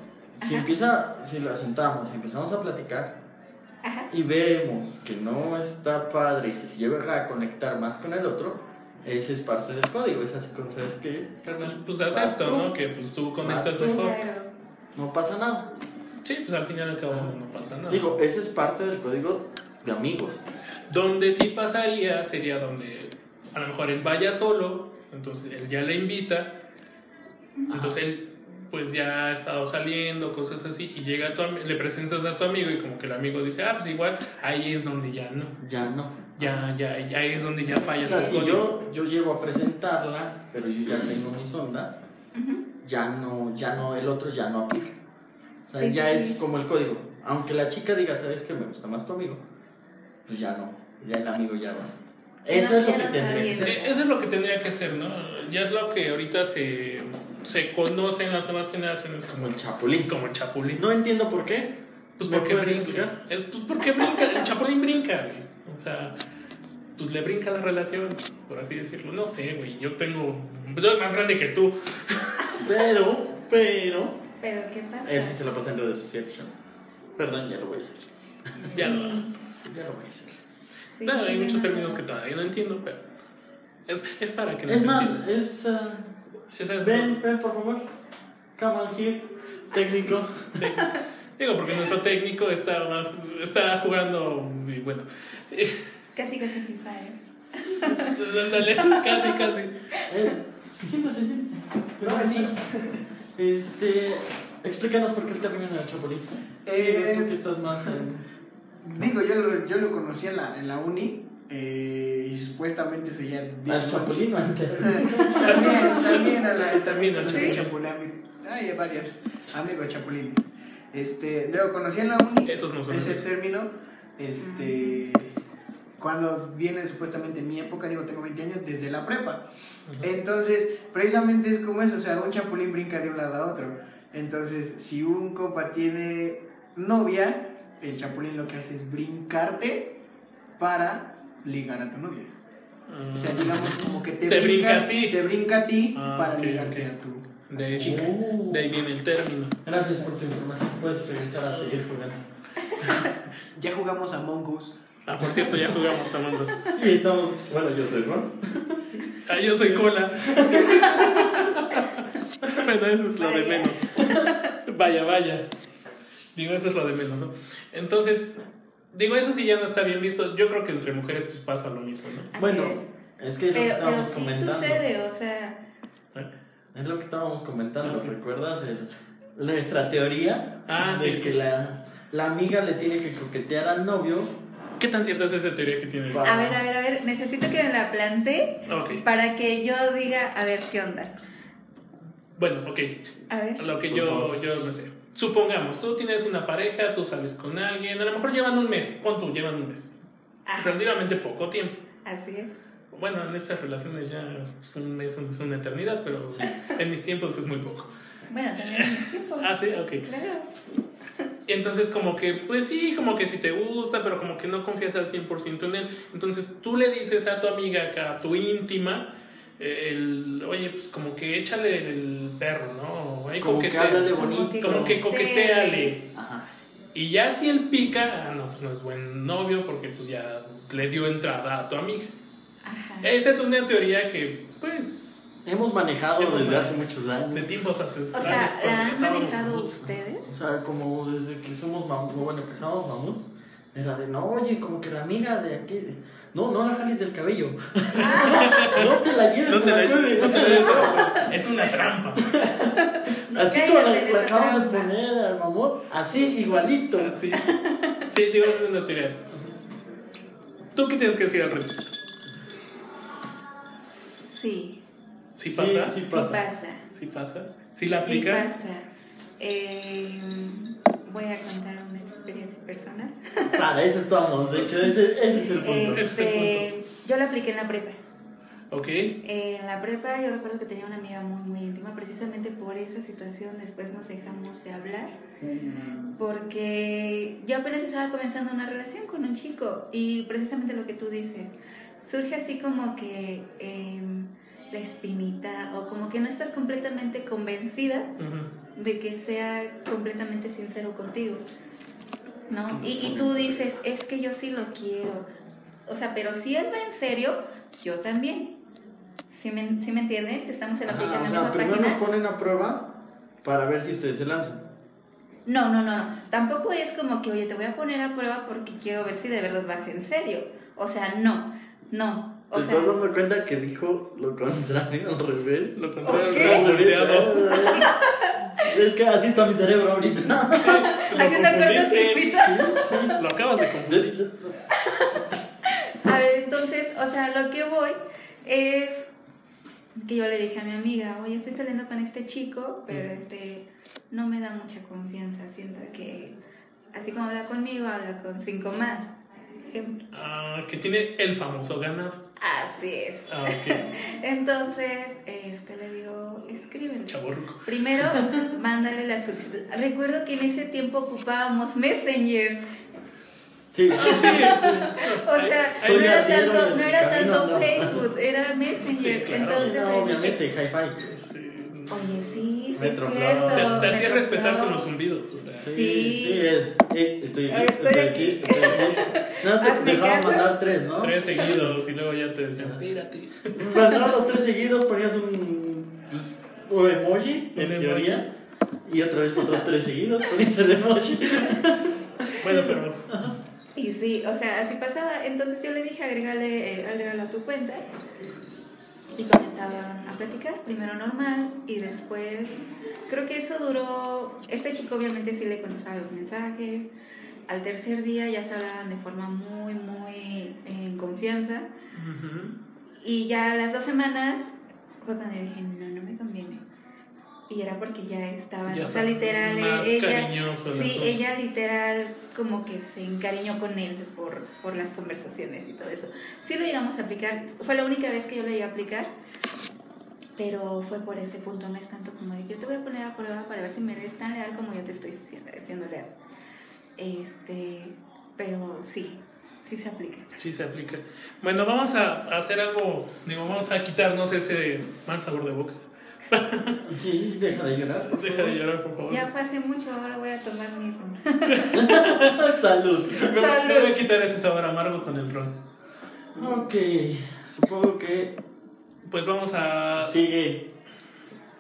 B: si empieza, si la sentamos y empezamos a platicar
C: Ajá.
B: y vemos que no está padre y se llega a conectar más con el otro, ese es parte del código. Es así como, ¿sabes qué?
A: Pues,
B: carnal?
A: pues
B: Vas
A: acepto,
B: tú.
A: ¿no? Que pues tú conectas
B: tú.
A: mejor.
C: Claro.
B: No pasa nada.
A: Sí, pues al final y al cabo no pasa nada.
B: Digo, ese es parte del código de amigos.
A: Donde sí pasaría sería donde a lo mejor él vaya solo, entonces él ya le invita, entonces él pues ya ha estado saliendo, cosas así, y llega a tu ami- le presentas a tu amigo y como que el amigo dice, ah, pues igual, ahí es donde ya no,
B: Ya no.
A: ya, ya, ya ahí es donde ya
B: O
A: fallas.
B: sea,
A: el
B: si
A: código.
B: yo, yo llego a presentarla, pero yo ya tengo mis ondas, ya no, ya no, el otro ya no aplica. O sea,
C: Sí,
B: ya
C: sí,
B: es
C: sí.
B: como el código. Aunque la chica diga, ¿sabes que me gusta más tu amigo? Pues ya no, ya el amigo ya no. Eso
C: No,
B: es lo
C: ya
B: que
C: no
B: tendría que
C: sabía.
B: ser.
A: Eh, Eso es lo que tendría que ser, ¿no? Ya es lo que ahorita se, se conoce en las nuevas generaciones
B: Como
A: como,
B: el chapulín.
A: como el chapulín.
B: No entiendo por qué.
A: Pues
B: ¿Me
A: porque
B: pueden
A: brinca. Es, pues porque brinca, el chapulín brinca, güey. O sea, pues le brinca la relación, por así decirlo. No sé, güey. Yo tengo. pues Yo soy más grande que tú.
B: Pero, pero.
C: Pero ¿qué pasa?
B: Él sí se la pasa en redes sociales. yo no. Perdón, ya lo voy a decir.
A: Ya
C: Sí,
A: no vas.
B: Sí, ya lo voy a decir.
C: sí,
A: No,
C: sí,
A: hay
C: me
A: muchos
C: nota.
A: términos que todavía no entiendo, pero. Es, es para que
B: Es más,
A: entiendan.
B: es. ah,
A: Esa es-
B: Ven, ven, por favor. Come on here. Técnico.
A: Digo, porque nuestro técnico está más. Está jugando. Y bueno.
C: Casi casi Free Fire.
A: Ándale, casi, casi.
B: Eh, siéntate, siéntate. Gracias. Este. Explícanos por qué terminan en el Chapulín.
D: Eh,
B: Digo, tú que estás más en.
D: Digo, yo lo, yo lo conocí en la, en la uni eh, y supuestamente eso ya...
B: Al Chapulín o antes.
D: también, también a la...
A: También al
D: conocí a
A: Chapulín.
D: Chapulín. ami- Hay varios amigos Chapulín. Este, lo conocí en la uni.
A: Esos no son
D: Ese
A: amigos.
D: término. Este... Cuando viene supuestamente mi época, digo, tengo 20 años, desde la prepa. Entonces, precisamente es como eso, o sea, un chapulín brinca de un lado a otro. Entonces, si un compa tiene novia, el chapulín lo que hace es brincarte para ligar a tu novia. O sea, digamos como que te,
A: Te brinca a ti.
D: Te brinca a ti
A: Ah,
D: para
A: ok,
D: ligarte
A: ok.
D: a tu
A: De ahí-
D: chica.
B: Uh,
A: de ahí viene el término.
B: Gracias por tu información. Puedes regresar a seguir jugando.
D: Ya jugamos a Mongoose.
A: Ah, por cierto, ya jugamos a mandos.
B: Y estamos. Bueno, yo soy Ron.
A: Ah, yo soy cola. bueno, eso es lo de
C: Vaya.
A: menos. Vaya, vaya. Digo, eso es lo de menos, ¿no? Entonces, digo, eso sí ya no está bien visto. Yo creo que entre mujeres pues pasa lo mismo, ¿no?
C: Así
B: Bueno,
C: es.
B: es que lo que
C: Pero, pero
B: estábamos
C: sí
B: comentando.
C: sucede, o sea,
A: ¿Eh?
B: Es lo que estábamos comentando, ¿recuerdas? El- nuestra teoría
A: Ah,
B: de
A: sí, sí.
B: que La, la amiga le tiene que coquetear al novio.
A: ¿Qué tan cierta es esa teoría que tiene?
B: Va.
C: A ver, a ver, a ver, necesito que me la plantee
A: Ok.
C: para que yo diga, a ver, ¿qué onda?
A: Bueno, ok.
C: A ver.
A: Lo que
B: Por
A: yo,
B: favor.
A: yo no sé. Supongamos, tú tienes una pareja, tú sales con alguien, a lo mejor llevan un mes, pon tú, llevan un mes.
C: Ah,
A: Relativamente poco tiempo.
C: así es.
A: Bueno, en estas relaciones ya un mes es una eternidad, pero sí, en mis tiempos es muy poco.
C: Bueno, también en mis tiempos.
A: Ah, sí, ok.
C: Claro.
A: Y entonces como que, pues sí, como que si te gusta, pero como que no confías al 100% en él. Entonces tú le dices a tu amiga, acá, a tu íntima, eh, el, oye, pues como que échale el perro, ¿no? Ahí
B: Como que
A: coquetea.
B: háblale bonito.
A: Como que coqueteale.
B: Ajá.
A: Y ya si él pica, ah, no, pues no es buen novio porque pues ya le dio entrada a tu amiga.
C: Ajá.
A: Esa es una teoría que, pues,
B: Hemos manejado
A: Hemos
B: desde
A: manejado.
B: hace muchos
A: de
B: años.
A: tiempos ancestrales.
C: O sea,
A: cuando
C: ¿la han
A: casábamos
C: manejado
A: mamuts, ¿no?
B: O
C: ustedes?
B: sea, como desde que somos mamut, bueno, que estábamos mamut, era de no, oye, como que la amiga de aquí. de- No, no la jales del cabello. no te la lleves.
A: No te la
B: Manuel.
A: no te la- Es una trampa.
B: Así
C: Cállate,
B: como la,
C: eres
B: la acabas de
C: trampa.
B: poner al mamut, así igualito.
A: Sí, sí digo, es una teoría. ¿Tú qué tienes que decir al respecto?
C: Sí,
A: ¿Sí pasa?
B: Sí,
A: ¿Sí,
B: sí
C: sí
B: pasa.
C: pasa.
A: pasa? ¿Sí la
C: Sí
A: aplica?
C: pasa. Eh, voy a contar una experiencia personal.
B: Para eso estamos, de hecho, ese, ese
C: Eh,
B: es el punto.
C: Este, yo la apliqué en la prepa.
A: ok.
C: Eh, en la prepa yo recuerdo que tenía una amiga muy muy íntima, precisamente por esa situación después nos dejamos de hablar, porque yo apenas estaba comenzando una relación con un chico y precisamente lo que tú dices, surge así como que em, la espinita o como que no estás completamente convencida
A: Ujú.
C: de que sea completamente sincero contigo. ¿No? Y, y tú dices, es que yo sí lo quiero. O sea, pero si él va en serio, yo también. ¿Sí me, sí me entiendes? Estamos en la,
B: Ajá,
C: en
B: o
C: la
B: sea,
C: misma
B: primero nos
C: página.
B: ponen a prueba para ver si ustedes se lanzan.
C: No, no, no. Tampoco es como que, oye, te voy a poner a prueba porque quiero ver si de verdad vas en serio. O sea, no, no. O
B: ¿Te
C: sea,
B: estás dando cuenta que dijo lo contrario al revés?
A: Lo contrario,
C: Ok.
A: lo has olvidado.
B: Es que así está mi cerebro ahorita.
A: Lo
C: Haciendo
A: confundiste.
C: cortocircuito.
A: Lo acabas de confundir.
C: A ver, entonces, o sea, lo que voy es que yo le dije a mi amiga, oye, estoy saliendo con este chico, pero este no me da mucha confianza, siento que así como habla conmigo, habla con cinco más. Ejemplo.
A: Ah, que tiene el famoso ganado.
C: Así es.
A: Ah, ok.
C: Entonces, este le digo, escríbele.
A: Chaborruco.
C: Primero, mándale la solicitud. Recuerdo que en ese tiempo ocupábamos Messenger.
B: Sí,
A: Ah, sí, sí.
C: O sea,
A: Ay,
C: no
A: ay,
C: era
B: ay, ay,
C: tanto,
B: ay,
C: no era
B: ay,
C: tanto
B: no, no.
C: Facebook, era Messenger.
A: Sí, claro.
C: Entonces eh,
B: no,
C: le dije,
B: obviamente, hi-fi.
A: Sí.
C: Oye, sí, sí, es
B: Metroflog.
C: cierto.
A: Te, te hacía
C: Metroflog.
A: respetar con los zumbidos, o sea.
B: Sí,
C: Sí.
B: sí, eh, eh, estoy aquí.
C: Estoy aquí.
B: estoy aquí. No, te
C: Hazme
B: dejaban
C: caso.
B: mandar tres, ¿no?
A: Tres seguidos y luego ya te decían, mírate.
B: Mandaban los tres seguidos, ponías un, pues, un emoji,
A: Un
B: en
A: emoji.
B: teoría. Y otra vez otros tres seguidos, ponías el emoji.
A: Bueno, pero
C: Y sí, o sea, así pasaba. Entonces yo le dije, agrégale, eh, agrégalo a tu cuenta. Y comenzaron a platicar, primero normal y después, creo que eso duró, este chico obviamente sí le contestaba los mensajes, al tercer día ya se hablaban de forma muy, muy en confianza
A: ujú,
C: Y ya a las dos semanas fue cuando yo dije, no, no me conviene. Y era porque ya estaban,
A: ya
C: o
A: está
C: sea, literal, eh,
A: más
C: ella,
A: cariñoso el
C: sí,
A: asunto.
C: ella literal como que se encariñó con él por, por las conversaciones y todo eso. Sí lo llegamos a aplicar, fue la única vez que yo lo llegué a aplicar, pero fue por ese punto, no es tanto como de yo te voy a poner a prueba para ver si me eres tan leal como yo te estoy siendo, siendo leal. Este, pero sí, sí se aplica.
A: Sí, se aplica. Bueno, vamos a hacer algo, digo, vamos a quitarnos ese mal sabor de boca.
B: Sí, deja de llorar. por
A: Deja de llorar, por favor.
C: Ya fue hace mucho, ahora voy a tomar mi ron.
B: favor. Salud.
A: Me,
C: Salud.
A: me voy a quitar ese sabor amargo con el ron.
B: Ok, supongo que
A: Pues vamos a...
B: sigue.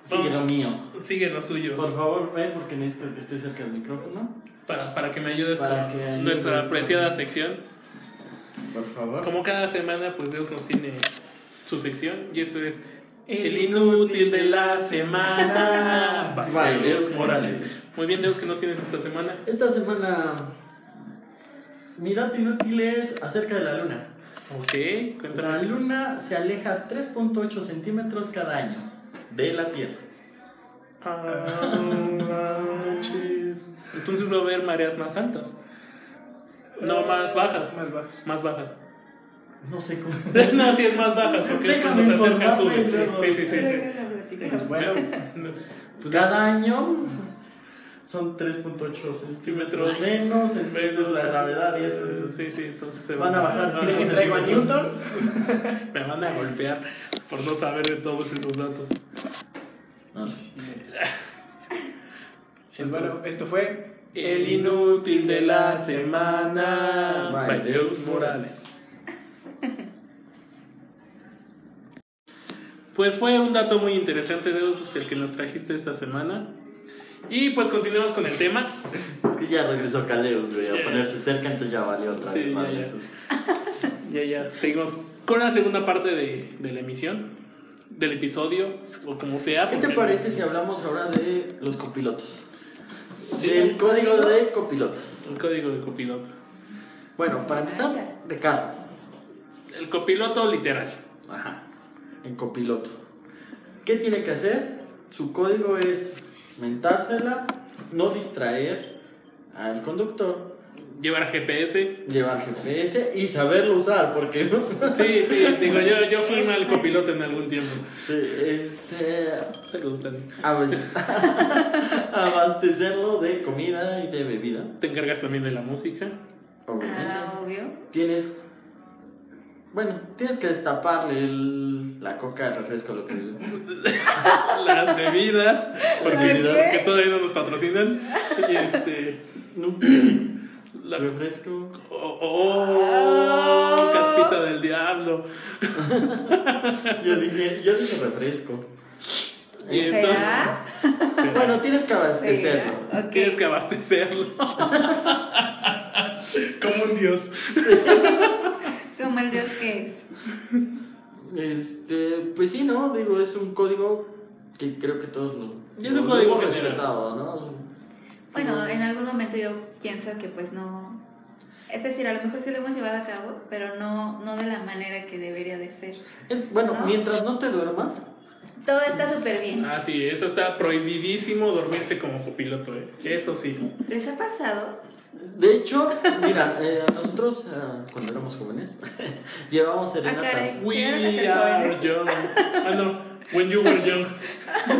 B: Sigue lo
A: Vamos.
B: mío.
A: Sigue lo suyo.
B: Por favor, ve porque necesito que esté cerca del micrófono.
A: Para, para que me ayudes
B: Para
A: con
B: que ayudes
A: nuestra
B: con-
A: preciada sección.
B: Por favor.
A: Como cada semana, pues Dios nos tiene su sección. Y esto es El inútil de la semana. By
B: Vale.
A: Deus Morales. Muy bien, Deus, ¿qué nos tienes esta semana?
B: Esta semana. Mi dato inútil es acerca de la luna.
A: Ok,
B: La
A: cuéntame.
B: luna se aleja 3.8 centímetros cada año de la Tierra.
A: Ah, manches. Entonces va a haber mareas más altas.
B: Eh.
A: No, más bajas.
D: Más bajas.
A: Más bajas.
B: No sé cómo.
A: No, sí es más bajas, porque es cuando se
B: Déjame
A: acerca su.
B: informarme,
A: Sí, sí, sí.
C: Luego lo platicamos.
D: Bueno,
A: Pues
B: Cada año son 3.8 centímetros
A: Centímetros.
B: menos,
A: en vez
B: entonces
A: de
B: la gravedad y eso. entonces-
A: Sí, sí, entonces se
B: Van a bajar
A: no,
B: cinco
A: no,
D: si
A: no,
D: traigo a
A: no,
D: Newton.
A: Me van a golpear por no saber de todos esos datos.
D: Pues bueno, esto fue
A: El inútil de la semana.
B: By
A: Deus Morales. Pues fue un dato muy interesante, Deus, el que nos trajiste esta semana. Y pues continuamos con el tema.
B: Es que ya regresó Caleos, güey, a ponerse cerca, entonces ya valió otra
A: Sí,
B: vez.
A: ya,
B: madre,
A: ya.
B: esos-
A: Ya, ya, seguimos con la segunda parte de, de la emisión, del episodio, o como sea.
B: ¿Qué te
A: porque-
B: parece si hablamos ahora de los copilotos?
A: Sí.
B: Del código de copilotos.
A: El código de copiloto.
B: Bueno, para empezar, de carro.
A: El copiloto literal.
B: Ajá. En copiloto. ¿Qué tiene que hacer? Su código es mentársela, no distraer al conductor,
A: Llevar GPS.
B: llevar GPS y saberlo usar, porque no.
A: Sí, sí, digo, yo, yo fui mal copiloto en algún tiempo.
B: Sí, este.
A: Saludos, Tanis.
B: abas- Abastecerlo de comida y de bebida.
A: Te encargas también de la música.
B: obviamente.
C: Ah, obvio.
B: Tienes. Bueno, tienes que destaparle el- la coca, el refresco, lo que.
A: Las bebidas. Porque,
B: bebidas.
A: porque todavía no nos patrocinan. Y este.
B: No,
A: La,
B: refresco.
A: oh,
C: Ah.
A: oh, caspita del diablo.
B: Yo dije, yo dije refresco.
A: Y entonces-
C: ¿Será?
A: Sí.
B: Bueno, tienes que abastecerlo.
C: ¿Será? Ok.
A: Tienes que abastecerlo. Como un dios.
C: Como el dios que es.
B: Este, pues sí, ¿no? Digo, es un código que creo que todos lo.
A: Y es un
B: lo
A: código
B: hemos
A: general.
B: respetado, ¿no?
C: Bueno, en algún momento yo pienso que pues no... Es decir, a lo mejor sí lo hemos llevado a cabo, pero no, no de la manera que debería de ser.
B: Es, bueno,
C: ¿No?
B: mientras no te duermas,
C: Todo está súper bien.
A: Ah, sí, eso está prohibidísimo dormirse como copiloto, ¿eh? Eso sí.
C: ¿Les ha pasado?
B: De hecho, mira, eh, nosotros ah, cuando éramos jóvenes llevábamos serenatas.
C: Ah, caray.
A: We
C: Llegaron a ser
A: are
C: jóvenes.
A: young. Ah, no. When you were young.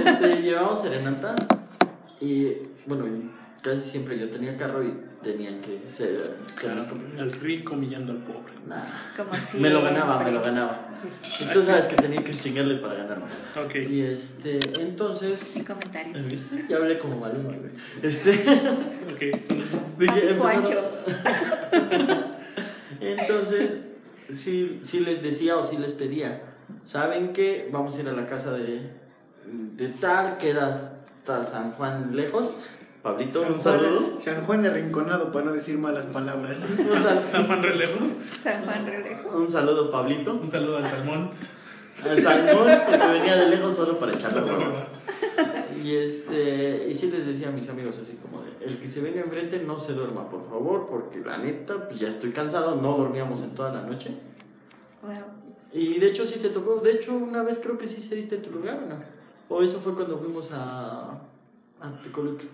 B: Este, llevábamos serenatas y bueno, y casi siempre yo tenía carro y tenían que ser.
A: Claro, el rico humillando al pobre.
B: Nah,
C: Como si...
B: me lo ganaba, me lo ganaba. Entonces sabes que tenía que chingarle para ganarme.
A: Ok.
B: Y este, entonces
C: Sin comentarios.
B: ¿Viste? Ya hablé como Maluma, güey. Este,
A: Ok.
C: Papi
B: dije, empezaron-
C: Juancho.
B: entonces, sí, sí les decía o sí les pedía, ¿saben qué? Vamos a ir a la casa de, de tal, queda hasta San Juan lejos. Pablito, un saludo.
D: San Juan arrinconado para no decir malas palabras.
B: Un, sal-
A: San Juan Relevos.
C: San Juan Relejo.
B: un saludo, Pablito.
A: Un saludo al salmón.
B: Al salmón, porque venía de lejos solo para echar la hueva. Y este, y sí les decía a mis amigos así como de, el que se venga enfrente no se duerma, por favor, porque la neta, pues ya estoy cansado, no dormíamos en toda la noche.
C: Wow.
B: Y de hecho sí te tocó, de hecho una vez creo que sí cediste tu lugar, ¿o no? O eso fue cuando fuimos a, a Tecolutla.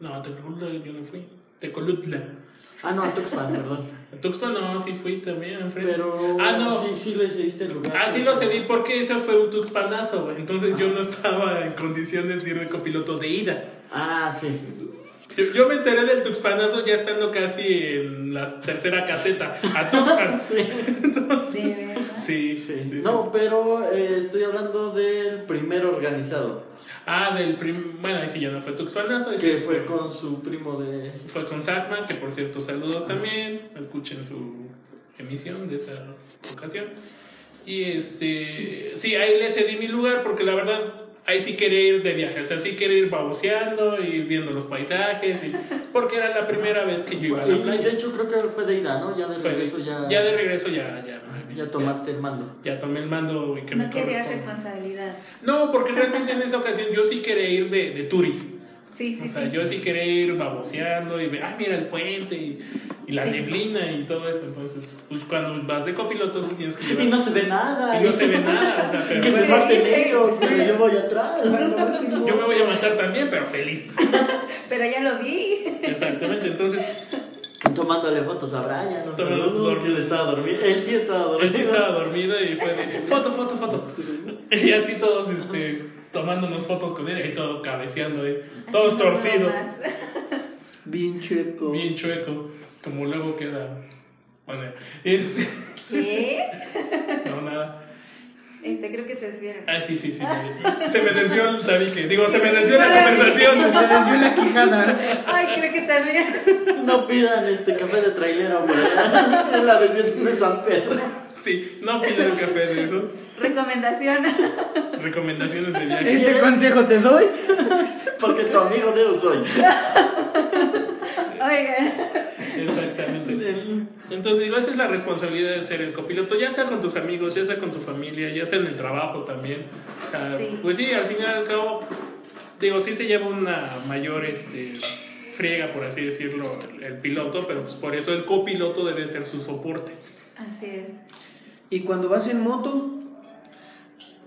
A: No, a Tecolutla yo no fui. Tecolutla.
B: Ah, no, a Tuxpan, perdón.
A: A Tuxpan no, sí fui también enfrente.
B: Pero
A: Ah, no.
B: sí, sí le cediste el lugar.
A: Ah, sí lo cedí porque ese fue un tuxpanazo, güey. Entonces yo no estaba en condiciones de ir de copiloto de ida.
B: Ah, sí.
A: Yo, yo me enteré del tuxpanazo ya estando casi en la tercera caseta. A Tuxpan.
B: Sí.
C: Sí, ¿verdad?
A: Sí, sí, sí.
B: No, pero eh, estoy hablando del primer organizado,
A: Ah, del prim... Bueno, ahí sí ya no fue tuxpanazo. ahí sí
B: que fue con su primo de...
A: Fue con Satman, que por cierto, saludos también. Escuchen su emisión de esa ocasión. Y este. Sí, ahí le cedí mi lugar porque la verdad. ahí sí quería ir de viaje, o sea, sí quería ir baboseando y viendo los paisajes, y- porque era la primera vez que yo iba a
B: Y
A: la
B: y de
A: playa.
B: hecho creo que fue de ida, ¿no? Ya de
A: Fue de-
B: regreso ya,
A: ya de regreso ya, ya,
B: ya tomaste el mando.
A: ya tomé el mando y que me
C: No querías
A: corresponde.
C: responsabilidad.
A: No, porque realmente en esa ocasión yo sí quería ir de, de turis.
C: Sí, sí.
A: O sea,
C: sí.
A: yo sí quería ir baboseando y ver, ah, mira el puente y, y la
C: Sí.
A: neblina y todo eso. Entonces, pues cuando vas de copiloto sí tienes que
B: Y
A: llevar.
B: no se ve nada.
A: y no se ve nada. O sea,
B: Y
A: pero
B: que se
C: Increíble.
B: maten ellos, pero yo voy atrás.
D: Cuando vas en
A: yo me voy a
D: moto,
A: matar también, pero feliz.
C: Pero ya lo vi.
A: Exactamente. Entonces,
B: Tomándole fotos a Brian. Un
A: Tomando-
B: saludo, que él estaba dormido. Él sí estaba dormido.
A: él sí estaba dormido y fue de, foto, foto, foto. Y así todos este, tomándonos fotos con él y todo cabeceando, ¿eh? todo
C: Haciendo
A: torcido,
C: bromas.
D: Bien checo.
A: bien chueco, como luego queda. Bueno, este,
C: ¿Qué?
A: no, nada.
C: Este, creo que se desvieron.
A: Ah, sí, sí, sí. me- Se me desvió el tabique. Digo, se me desvió la
C: Para mí.
A: conversación.
D: Me desvió la quijada.
C: Ay, creo que también.
B: No pidan este café de trailero, güey. Es la versión de San Pedro.
A: Sí, no pidan café de esos.
C: Recomendación.
A: Recomendaciones de viaje.
D: Este consejo te doy.
B: Porque tu amigo de ellos soy.
C: Oigan.
A: Exactamente. Entonces, digo, esa es la responsabilidad de ser el copiloto, ya sea con tus amigos, ya sea con tu familia, ya sea en el trabajo también. O sea,
C: Sí.
A: pues sí, al final y al cabo, digo, sí se lleva una mayor este, friega, por así decirlo, el, el piloto, pero pues por eso el copiloto debe ser su soporte.
C: Así es.
D: Y cuando vas en moto,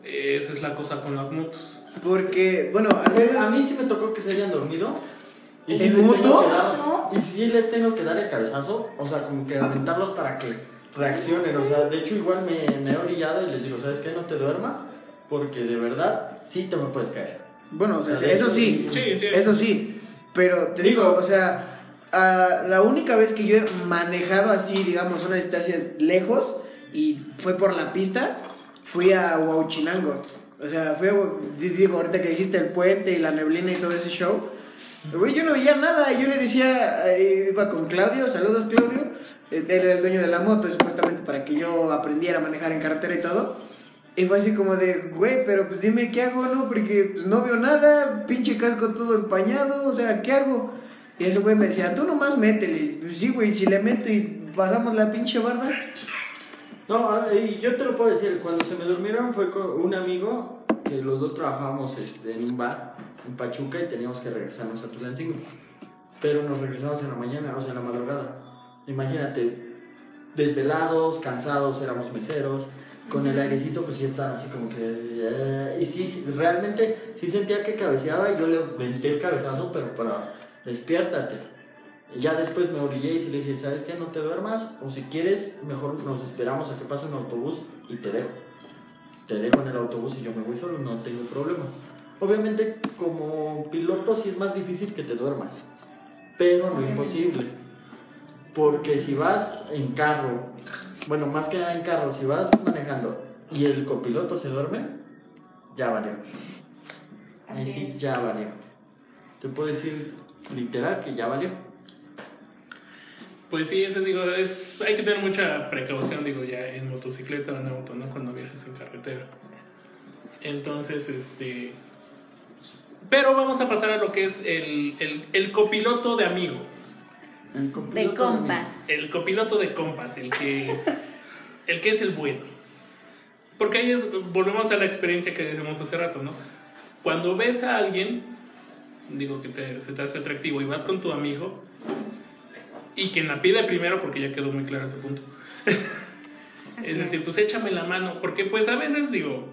A: Esa es la cosa con las motos.
D: porque, bueno, a
B: Güey, A
D: mí
B: mí sí me tocó que se hayan dormido.
D: Pues ¿En
B: sí les tengo
D: moto?
B: que dar-
C: ¿Moto?
B: Y sí les tengo que dar el cabezazo, o sea, como que aventarlos para que reaccionen. O sea, de hecho, igual me, me he orillado y les digo, ¿sabes qué? No te duermas, porque de verdad sí te me puedes caer.
D: Bueno, o sea, eso sí,
A: Sí, sí.
D: eso sí. Pero te
B: Digo-
D: digo, o sea, ah, la única vez que yo he manejado así, digamos, una distancia lejos y fue por la pista, fui a Huauchinango. O sea, fue, digo, ahorita que dijiste el puente y la neblina y todo ese show. Güey, yo no veía nada. Yo le decía, eh, iba con Claudio, saludos Claudio. eh, Él era el dueño de la moto, supuestamente para que yo aprendiera a manejar en carretera y todo. Y fue así como de, güey, pero pues dime qué hago, ¿no? Porque pues no veo nada, pinche casco todo empañado, o sea, ¿qué hago? Y ese güey me decía, tú nomás métele. Pues, sí, güey, si le meto y pasamos la pinche barda.
B: No, a- y yo te lo puedo decir, cuando se me durmieron fue con un amigo que los dos trabajábamos este, en un bar en Pachuca y teníamos que regresarnos a Tulancingo. Pero nos regresamos en la mañana, o sea, en la madrugada. Imagínate, desvelados, cansados, éramos meseros, con el airecito pues sí estaban así como que... eh, y sí, sí, realmente sí sentía que cabeceaba y yo le venté el cabezazo, pero para... Despiértate. Ya después me orillé y sí le dije, ¿sabes qué? No te duermas, o si quieres, mejor nos esperamos a que pase un autobús y te dejo. Te dejo en el autobús y yo me voy solo, no tengo problema. Obviamente, como piloto sí es más difícil que te duermas, pero no imposible. Porque si vas en carro, bueno, más que nada en carro, si vas manejando y el copiloto se duerme, ya valió. Ahí
C: Así
B: sí,
C: es.
B: ya valió. Te puedo decir literal que ya valió.
A: Pues sí, eso digo, es, hay que tener mucha precaución, digo, ya en motocicleta o en auto, ¿no? Cuando viajes en carretera. Entonces, este... Pero vamos a pasar a lo que es el, el- el copiloto de amigo,
B: El
A: Pues
C: De
B: copiloto
C: compas.
A: el copiloto de compas, el que, el que es el bueno. Porque ahí es, volvemos a la experiencia que decíamos hace rato, ¿no? Cuando ves a alguien, digo que te- se te hace atractivo y vas con tu amigo, y quien la pide primero, porque ya quedó muy claro ese punto.
C: Así
A: Es decir, pues échame la mano, porque pues a veces digo,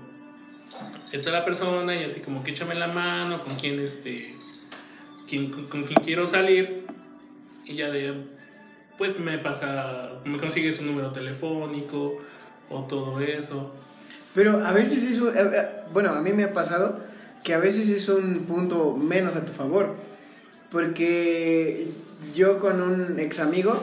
A: está la persona y así como que échame la mano, con quién este, quién- con, con quién quiero salir, y ya de, pues me pasa, me consigue su número telefónico o todo eso.
D: Pero a veces es un- eh, eh, bueno, a mí me ha pasado que a veces es un punto menos a tu favor. Porque yo con un ex amigo,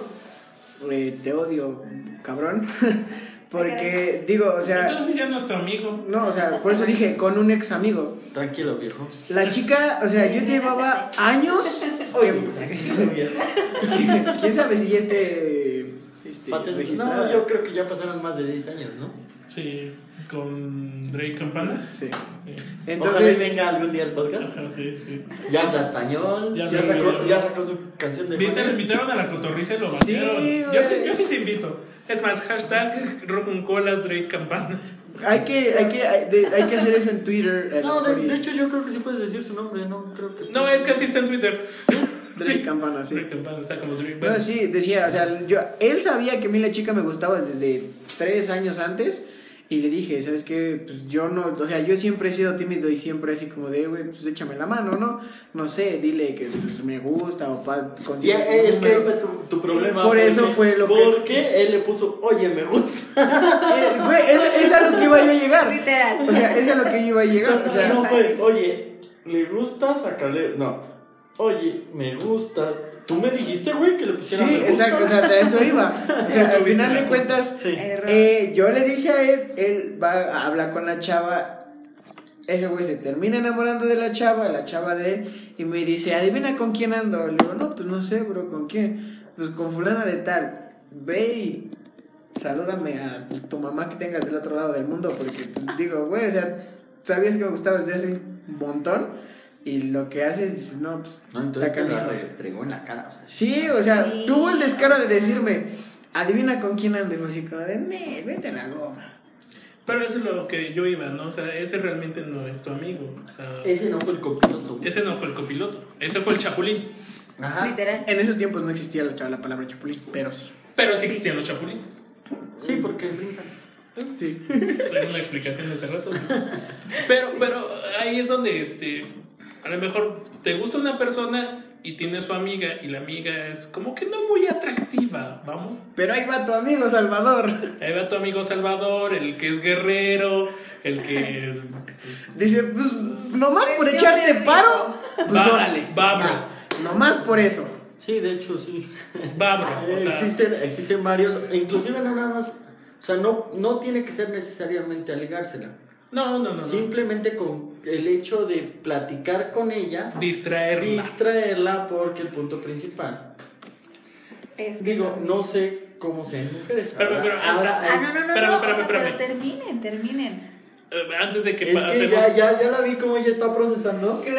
D: eh, te odio, cabrón. porque, digo, o sea,
A: Entonces ya no es tu amigo.
D: no, o sea, por eso dije con un ex amigo.
B: Tranquilo, viejo.
D: La chica, o sea, yo llevaba años. Oye,
B: Tranquilo, viejo.
D: quién sabe si ya este, este,
B: patentes.
D: registrada.
B: No, yo creo que ya pasaron más de 10 años, ¿no?
A: Sí, con Drake Campana.
D: Sí.
A: Sí.
B: Ojalá y
D: Entonces,
B: venga algún día el podcast.
A: Ajá, sí, sí.
B: Ya habla español,
A: Ya
B: ya,
A: habla
B: sacó,
A: español.
B: ya sacó su canción de
A: ¿Viste? Le
B: Juanes.
A: invitaron a la cotorriza y lo
D: Sí,
A: batearon.
D: güey.
A: yo, sí, yo sí te invito. Es más, hashtag Roconcola Drake Campana.
D: hay que, hay, que, hay, de- hay que hacer eso en Twitter. eh,
B: No, de,
D: Oye,
B: de hecho yo creo que sí puedes decir su nombre, no creo que...
A: No, es que así está en Twitter.
D: Drake Campana, sí.
A: Drake Campana está como Drake
D: No,
A: Campana.
D: sí, decía, o sea, yo, él sabía que a mí la chica me gustaba desde tres años antes y le dije, ¿sabes qué? Pues yo no, o sea, yo siempre he sido tímido y siempre así como de, güey, pues échame la mano, ¿no? No sé, dile que pues, me gusta o pa,
B: Y
D: consigue su
B: eh, es que
D: número.
B: fue tu, tu problema.
D: Por eso fue lo que-
B: Porque él le puso, oye, me gusta.
D: Eh, güey, es, es a lo que iba yo a llegar.
C: Literal.
D: O sea, es a lo que yo iba a llegar. O sea,
B: no fue, oye, le gusta sacarle... No, oye, me gustas. Tú me dijiste, güey, que le pusiera
D: sí,
B: me gusta.
D: exacto, o sea, de eso iba. O sea, al final de cuentas,
B: Sí.
C: Error.
D: Eh, yo le dije a él, él va a hablar con la chava. Ese güey se termina enamorando de la chava, la chava de él, y me dice, adivina con quién ando. Le digo, no, pues no sé, bro, ¿con quién? Pues con fulana de tal. Ve y salúdame a tu mamá que tengas del otro lado del mundo, porque pues, digo, güey, o sea, sabías que me gustabas de hace un montón, y lo que haces, dices, no, pues
B: No, entonces
D: Está
B: te la
D: canijo.
B: restregó en la cara. o sea,
D: Sí, o sea,
C: Sí.
D: tuvo el descaro de decirme, adivina con quién ando. Y fue así como de, "Ne, vete a la goma.
A: Pero eso es lo que yo iba, ¿no? O sea, ese realmente no es tu amigo. O sea,
B: Ese no fue el copiloto.
A: ese no fue el copiloto. Ese fue el chapulín.
B: Ajá.
C: Literal.
D: En esos tiempos no existía la, chava- la palabra chapulín, pero sí.
A: Pero sí existían los chapulines.
B: Sí, porque brincan.
D: Sí.
A: Soy una explicación de hace rato. Pero, pero ahí es donde este, a lo mejor te gusta una persona y tiene su amiga y la amiga es como que no muy atractiva, vamos.
D: Pero ahí va tu amigo Salvador.
A: Ahí va tu amigo Salvador, el que es guerrero, el que
D: Dice, pues, nomás por
C: Presión
D: echarte
C: de
D: paro, pues
A: Va-
D: órale. Ah.
A: va,
B: Ah,
A: bro.
D: Nomás por eso.
B: Sí, de hecho, sí.
A: babro. O sea,
B: existen, existen varios, e inclusive no nada más, o sea, no, no tiene que ser necesariamente alegársela.
A: no, no, no, no.
B: Simplemente con el hecho de platicar con ella,
A: Distraerla.
B: distraerla porque el punto principal.
C: Es que
B: Digo, no sé cómo sean mujeres.
A: Pero,
B: ahora-
A: pero-
B: ahora,
C: Ah, no, no, no,
A: Espérame,
C: no,
A: espérame,
C: o sea,
A: espérame.
C: pero terminen, terminen.
A: Eh, Antes de que
B: es que
A: pasemos.
B: ya, ya, ya la vi como ella está procesando.
D: Es que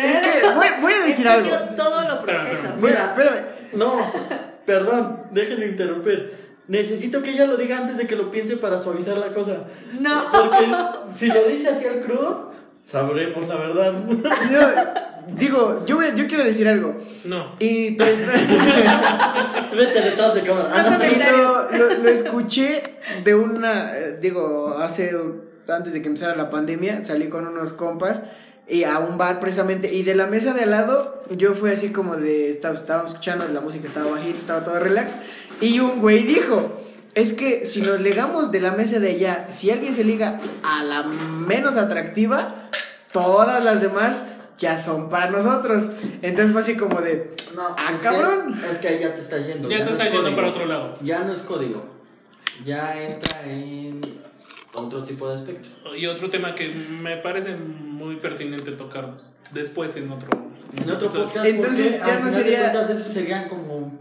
D: voy, voy a decir
C: Es que
D: algo.
C: Yo todo lo
A: Espera,
C: proceso.
A: espera.
D: Voy-
C: o sea,
B: Mira.
D: espérame.
B: No, perdón, déjenme interrumpir. Necesito que ella lo diga antes de que lo piense para suavizar la cosa.
C: No.
B: Porque si lo dice así al crudo, sabremos la verdad.
D: Yo, digo, yo, voy- yo quiero decir algo.
A: No.
D: Y pues.
B: Vete detrás de cámara. Ah,
C: No
B: no.
C: come-
D: Y lo,
C: comentarios.
D: lo- lo escuché de una, eh, digo, hace, antes de que empezara la pandemia, salí con unos compas y a un bar precisamente, y de la mesa de al lado, yo fui así como de, estaba, estábamos escuchando, la música estaba bajita, estaba todo relax, y un güey dijo, es que si nos legamos de la mesa de allá, si alguien se liga a la menos atractiva, todas las demás ya son para nosotros. Entonces fue así como de,
B: No,
D: Ah,
B: es que-
D: cabrón.
B: es que ahí ya te estás yendo.
A: Ya te
B: no es
A: estás yendo
B: código.
A: para otro lado.
B: Ya no es código. Ya entra en otro tipo de aspecto.
A: Y otro tema que me parece muy pertinente tocar después en otro.
B: En otro
A: episodio.
B: podcast.
D: Entonces,
B: porque
D: ya
B: al
D: no
B: final de
D: sería-
B: cuentas, eso serían como.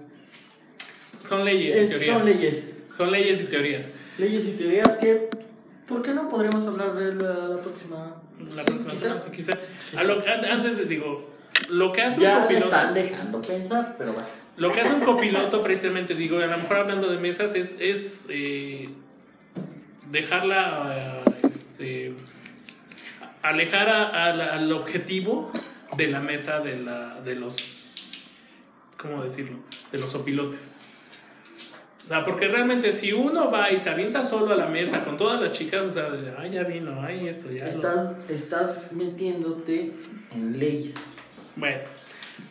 A: Son leyes y
B: es-
A: teorías.
B: son leyes.
A: Son leyes y teorías.
B: Leyes y teorías que. ¿Por qué no podríamos hablar de la, la próxima?
A: La
B: Sí,
A: próxima
B: quizá.
A: semana, quizá. A lo- an- antes de- digo, lo que hace un
B: Ya me
A: copiloto,
B: están dejando pensar, pero bueno.
A: lo que hace un copiloto precisamente, digo, a lo mejor hablando de mesas es, es eh, dejarla, eh, este, alejar a- a la- al objetivo de la mesa de la, de los, ¿cómo decirlo? De los opilotes. O sea, porque realmente si uno va y se avienta solo a la mesa con todas las chicas, o sea, de, ay, ya vino, ay, esto, ya. lo-
B: Estás, estás metiéndote en leyes.
A: Bueno,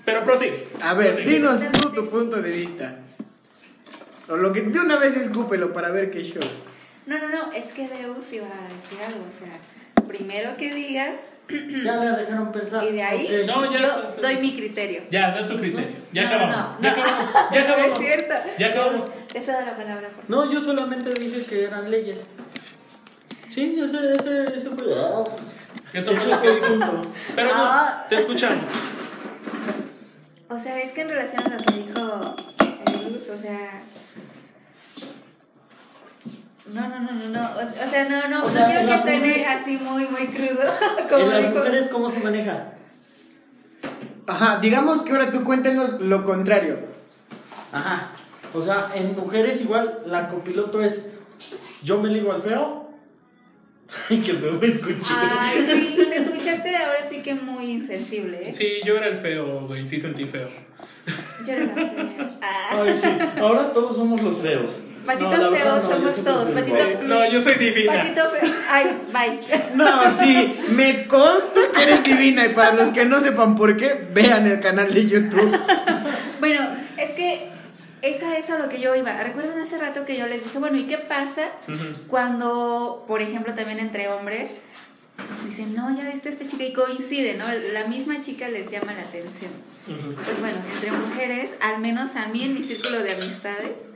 A: pero prosigue.
D: A ver,
A: Prosigue.
D: dinos tú tu punto de vista. O lo que de una vez escúpelo para ver qué show.
C: No, no, no, es que Deus iba a decir algo, o sea, primero que diga
B: Ya la dejaron pensar.
C: y de ahí
B: Ok.
A: No, ya-
C: yo doy mi criterio.
A: Ya, da tu criterio. Ya
C: No,
A: acabamos.
C: no,
A: ya
C: no.
A: acabamos. Ya
C: No es
A: acabamos.
C: cierto.
A: Ya acabamos.
C: Esa da la palabra, por favor.
B: No, yo solamente dije que eran leyes. Sí, ese, ese, ese fue. ah,
A: Eso fue lo que dijo. Pero
C: Ah.
A: no, te escuchamos.
C: O sea, es que en relación a lo que dijo Luz, o sea, No, no, no, no, no. O o sea, no, no,
B: O sea,
C: no quiero
B: las
C: que suene
B: mujeres-
C: así muy, muy crudo.
B: ¿En
C: Como
B: las
C: dijo.
B: mujeres cómo se maneja?
D: Ajá, digamos que ahora tú cuéntanos lo contrario.
B: Ajá. O sea, en mujeres igual la copiloto es yo me ligo al feo. Ay, que el feo me escuché.
C: Ay, sí, te escuchaste ahora sí que muy insensible, ¿eh?
A: Sí, yo era el feo, güey, sí sentí feo.
C: Yo era la fea. Ah.
B: Ay, sí. Ahora todos somos los feos.
C: Patitos
B: la
C: feos
B: yo
C: somos
B: siempre
C: todos,
B: fui el
C: patito-
B: guapo.
A: Eh, No, yo soy divina.
C: Patito feo. Ay, bye.
D: No, sí, me consta que eres divina y para los que no sepan por qué, vean el canal de YouTube.
C: Bueno, es que esa es a lo que yo iba. ¿Recuerdan hace rato que yo les dije, bueno, ¿y qué pasa cuando, por ejemplo, también entre hombres dicen, no, ya viste a esta chica y coincide, ¿no? La misma chica les llama la atención. Pues bueno, entre mujeres, al menos a mí en mi círculo de amistades,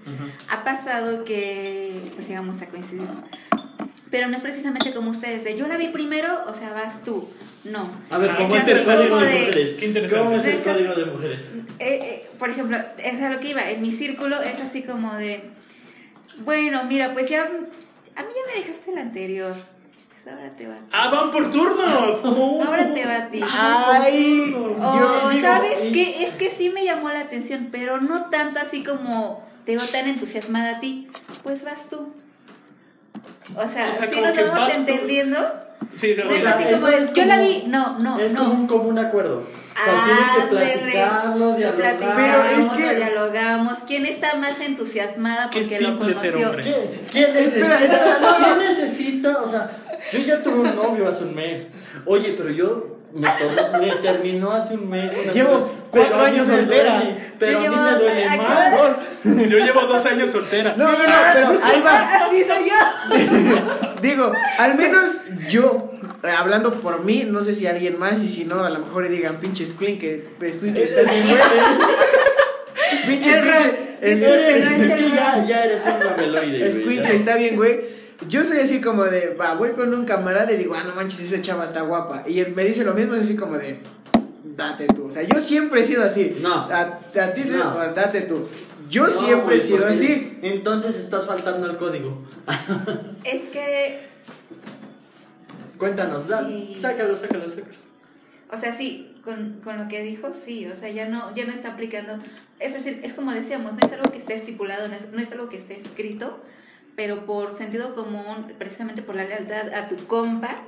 C: ha pasado que pues llegamos a coincidir. Pero no es precisamente como ustedes, de yo la vi primero, o sea, vas tú. No.
B: A ver,
A: Ah,
B: ¿cómo
A: es
B: es el
A: así
B: código
C: como
B: de,
C: de-
B: mujeres?
A: Qué interesante.
B: ¿Cómo es
C: De
B: el
C: esas-
B: código de mujeres?
C: Eh, eh, por ejemplo, es a lo que iba, en mi círculo es así como de, bueno, mira, pues ya, a mí ya me dejaste el anterior, pues ahora te va. a ti.
A: Ah, van por turnos.
C: Ahora te va a ti.
B: Ah,
D: Ay,
C: O,
D: yo digo,
C: Oh, ¿sabes
B: y-
C: qué? Es que sí me llamó la atención, pero no tanto así como te veo tan entusiasmada a ti, pues vas tú. O sea,
A: O sea,
C: si
A: como
C: nos
A: que
C: vamos
A: vas tú.
C: entendiendo,
A: Sí,
C: no
A: o
C: es
B: sea,
A: sea,
C: Pues así como,
B: eso es
C: yo la
B: como-
C: vi, no, no,
B: es
C: no.
B: como un común acuerdo. O sea, tienen que
C: Ándele.
B: platicarlo,
C: Lo
B: dialogar.
C: platicamos,
D: Pero es que-
C: lo dialogamos. ¿Quién está más entusiasmada
A: Qué
C: porque lo
A: simple ser
C: conoció?
A: hombre.
B: ¿Quién, quién
D: Espera,
B: necesita? ¿Quién necesita? O sea, yo ya tuve un novio hace un mes. Oye, pero yo me, to- me terminó hace un mes. una
D: Llevo
B: cosa,
D: cuatro
B: pero a mí
D: años
B: me
D: soltera.
B: duele, pero
C: Yo
B: a mí
C: llevo
B: me
C: dos-
B: duele
C: acabo-
B: más.
A: yo llevo dos años soltera.
D: No, no, no, pero ahí va.
C: Así soy yo.
D: Digo, al menos yo, eh, hablando por mí, no sé si alguien más y si no, a lo mejor le digan pinches Queen que Squin que
B: Este
D: estás bien güey. Pinches
C: Error.
D: Queen,
C: Disculpen,
D: este,
C: no es
B: Es que
C: el-
B: ya, ya eres un mameloide. güey,
D: Squin
B: ya.
D: que está bien, güey. Yo soy así como de, va, voy con un camarada y digo, ah, no manches, esa chava está guapa. Y él me dice lo mismo, es así como de, date tú. O sea, yo siempre he sido así.
B: No.
D: A, a ti, te-
B: No.
D: date tú. Yo
B: No,
D: siempre he
B: güey,
D: sido
B: porque
D: así.
B: Entonces estás faltando al código.
C: Es que,
B: Cuéntanos, da,
C: Sí.
B: sácalo, sácalo, sácalo.
C: o sea, sí, con, con lo que dijo, sí. O sea, ya no, ya no está aplicando. Es decir, es como decíamos, no es algo que esté estipulado, no es, no es algo que esté escrito, pero por sentido común, precisamente por la lealtad a tu compa,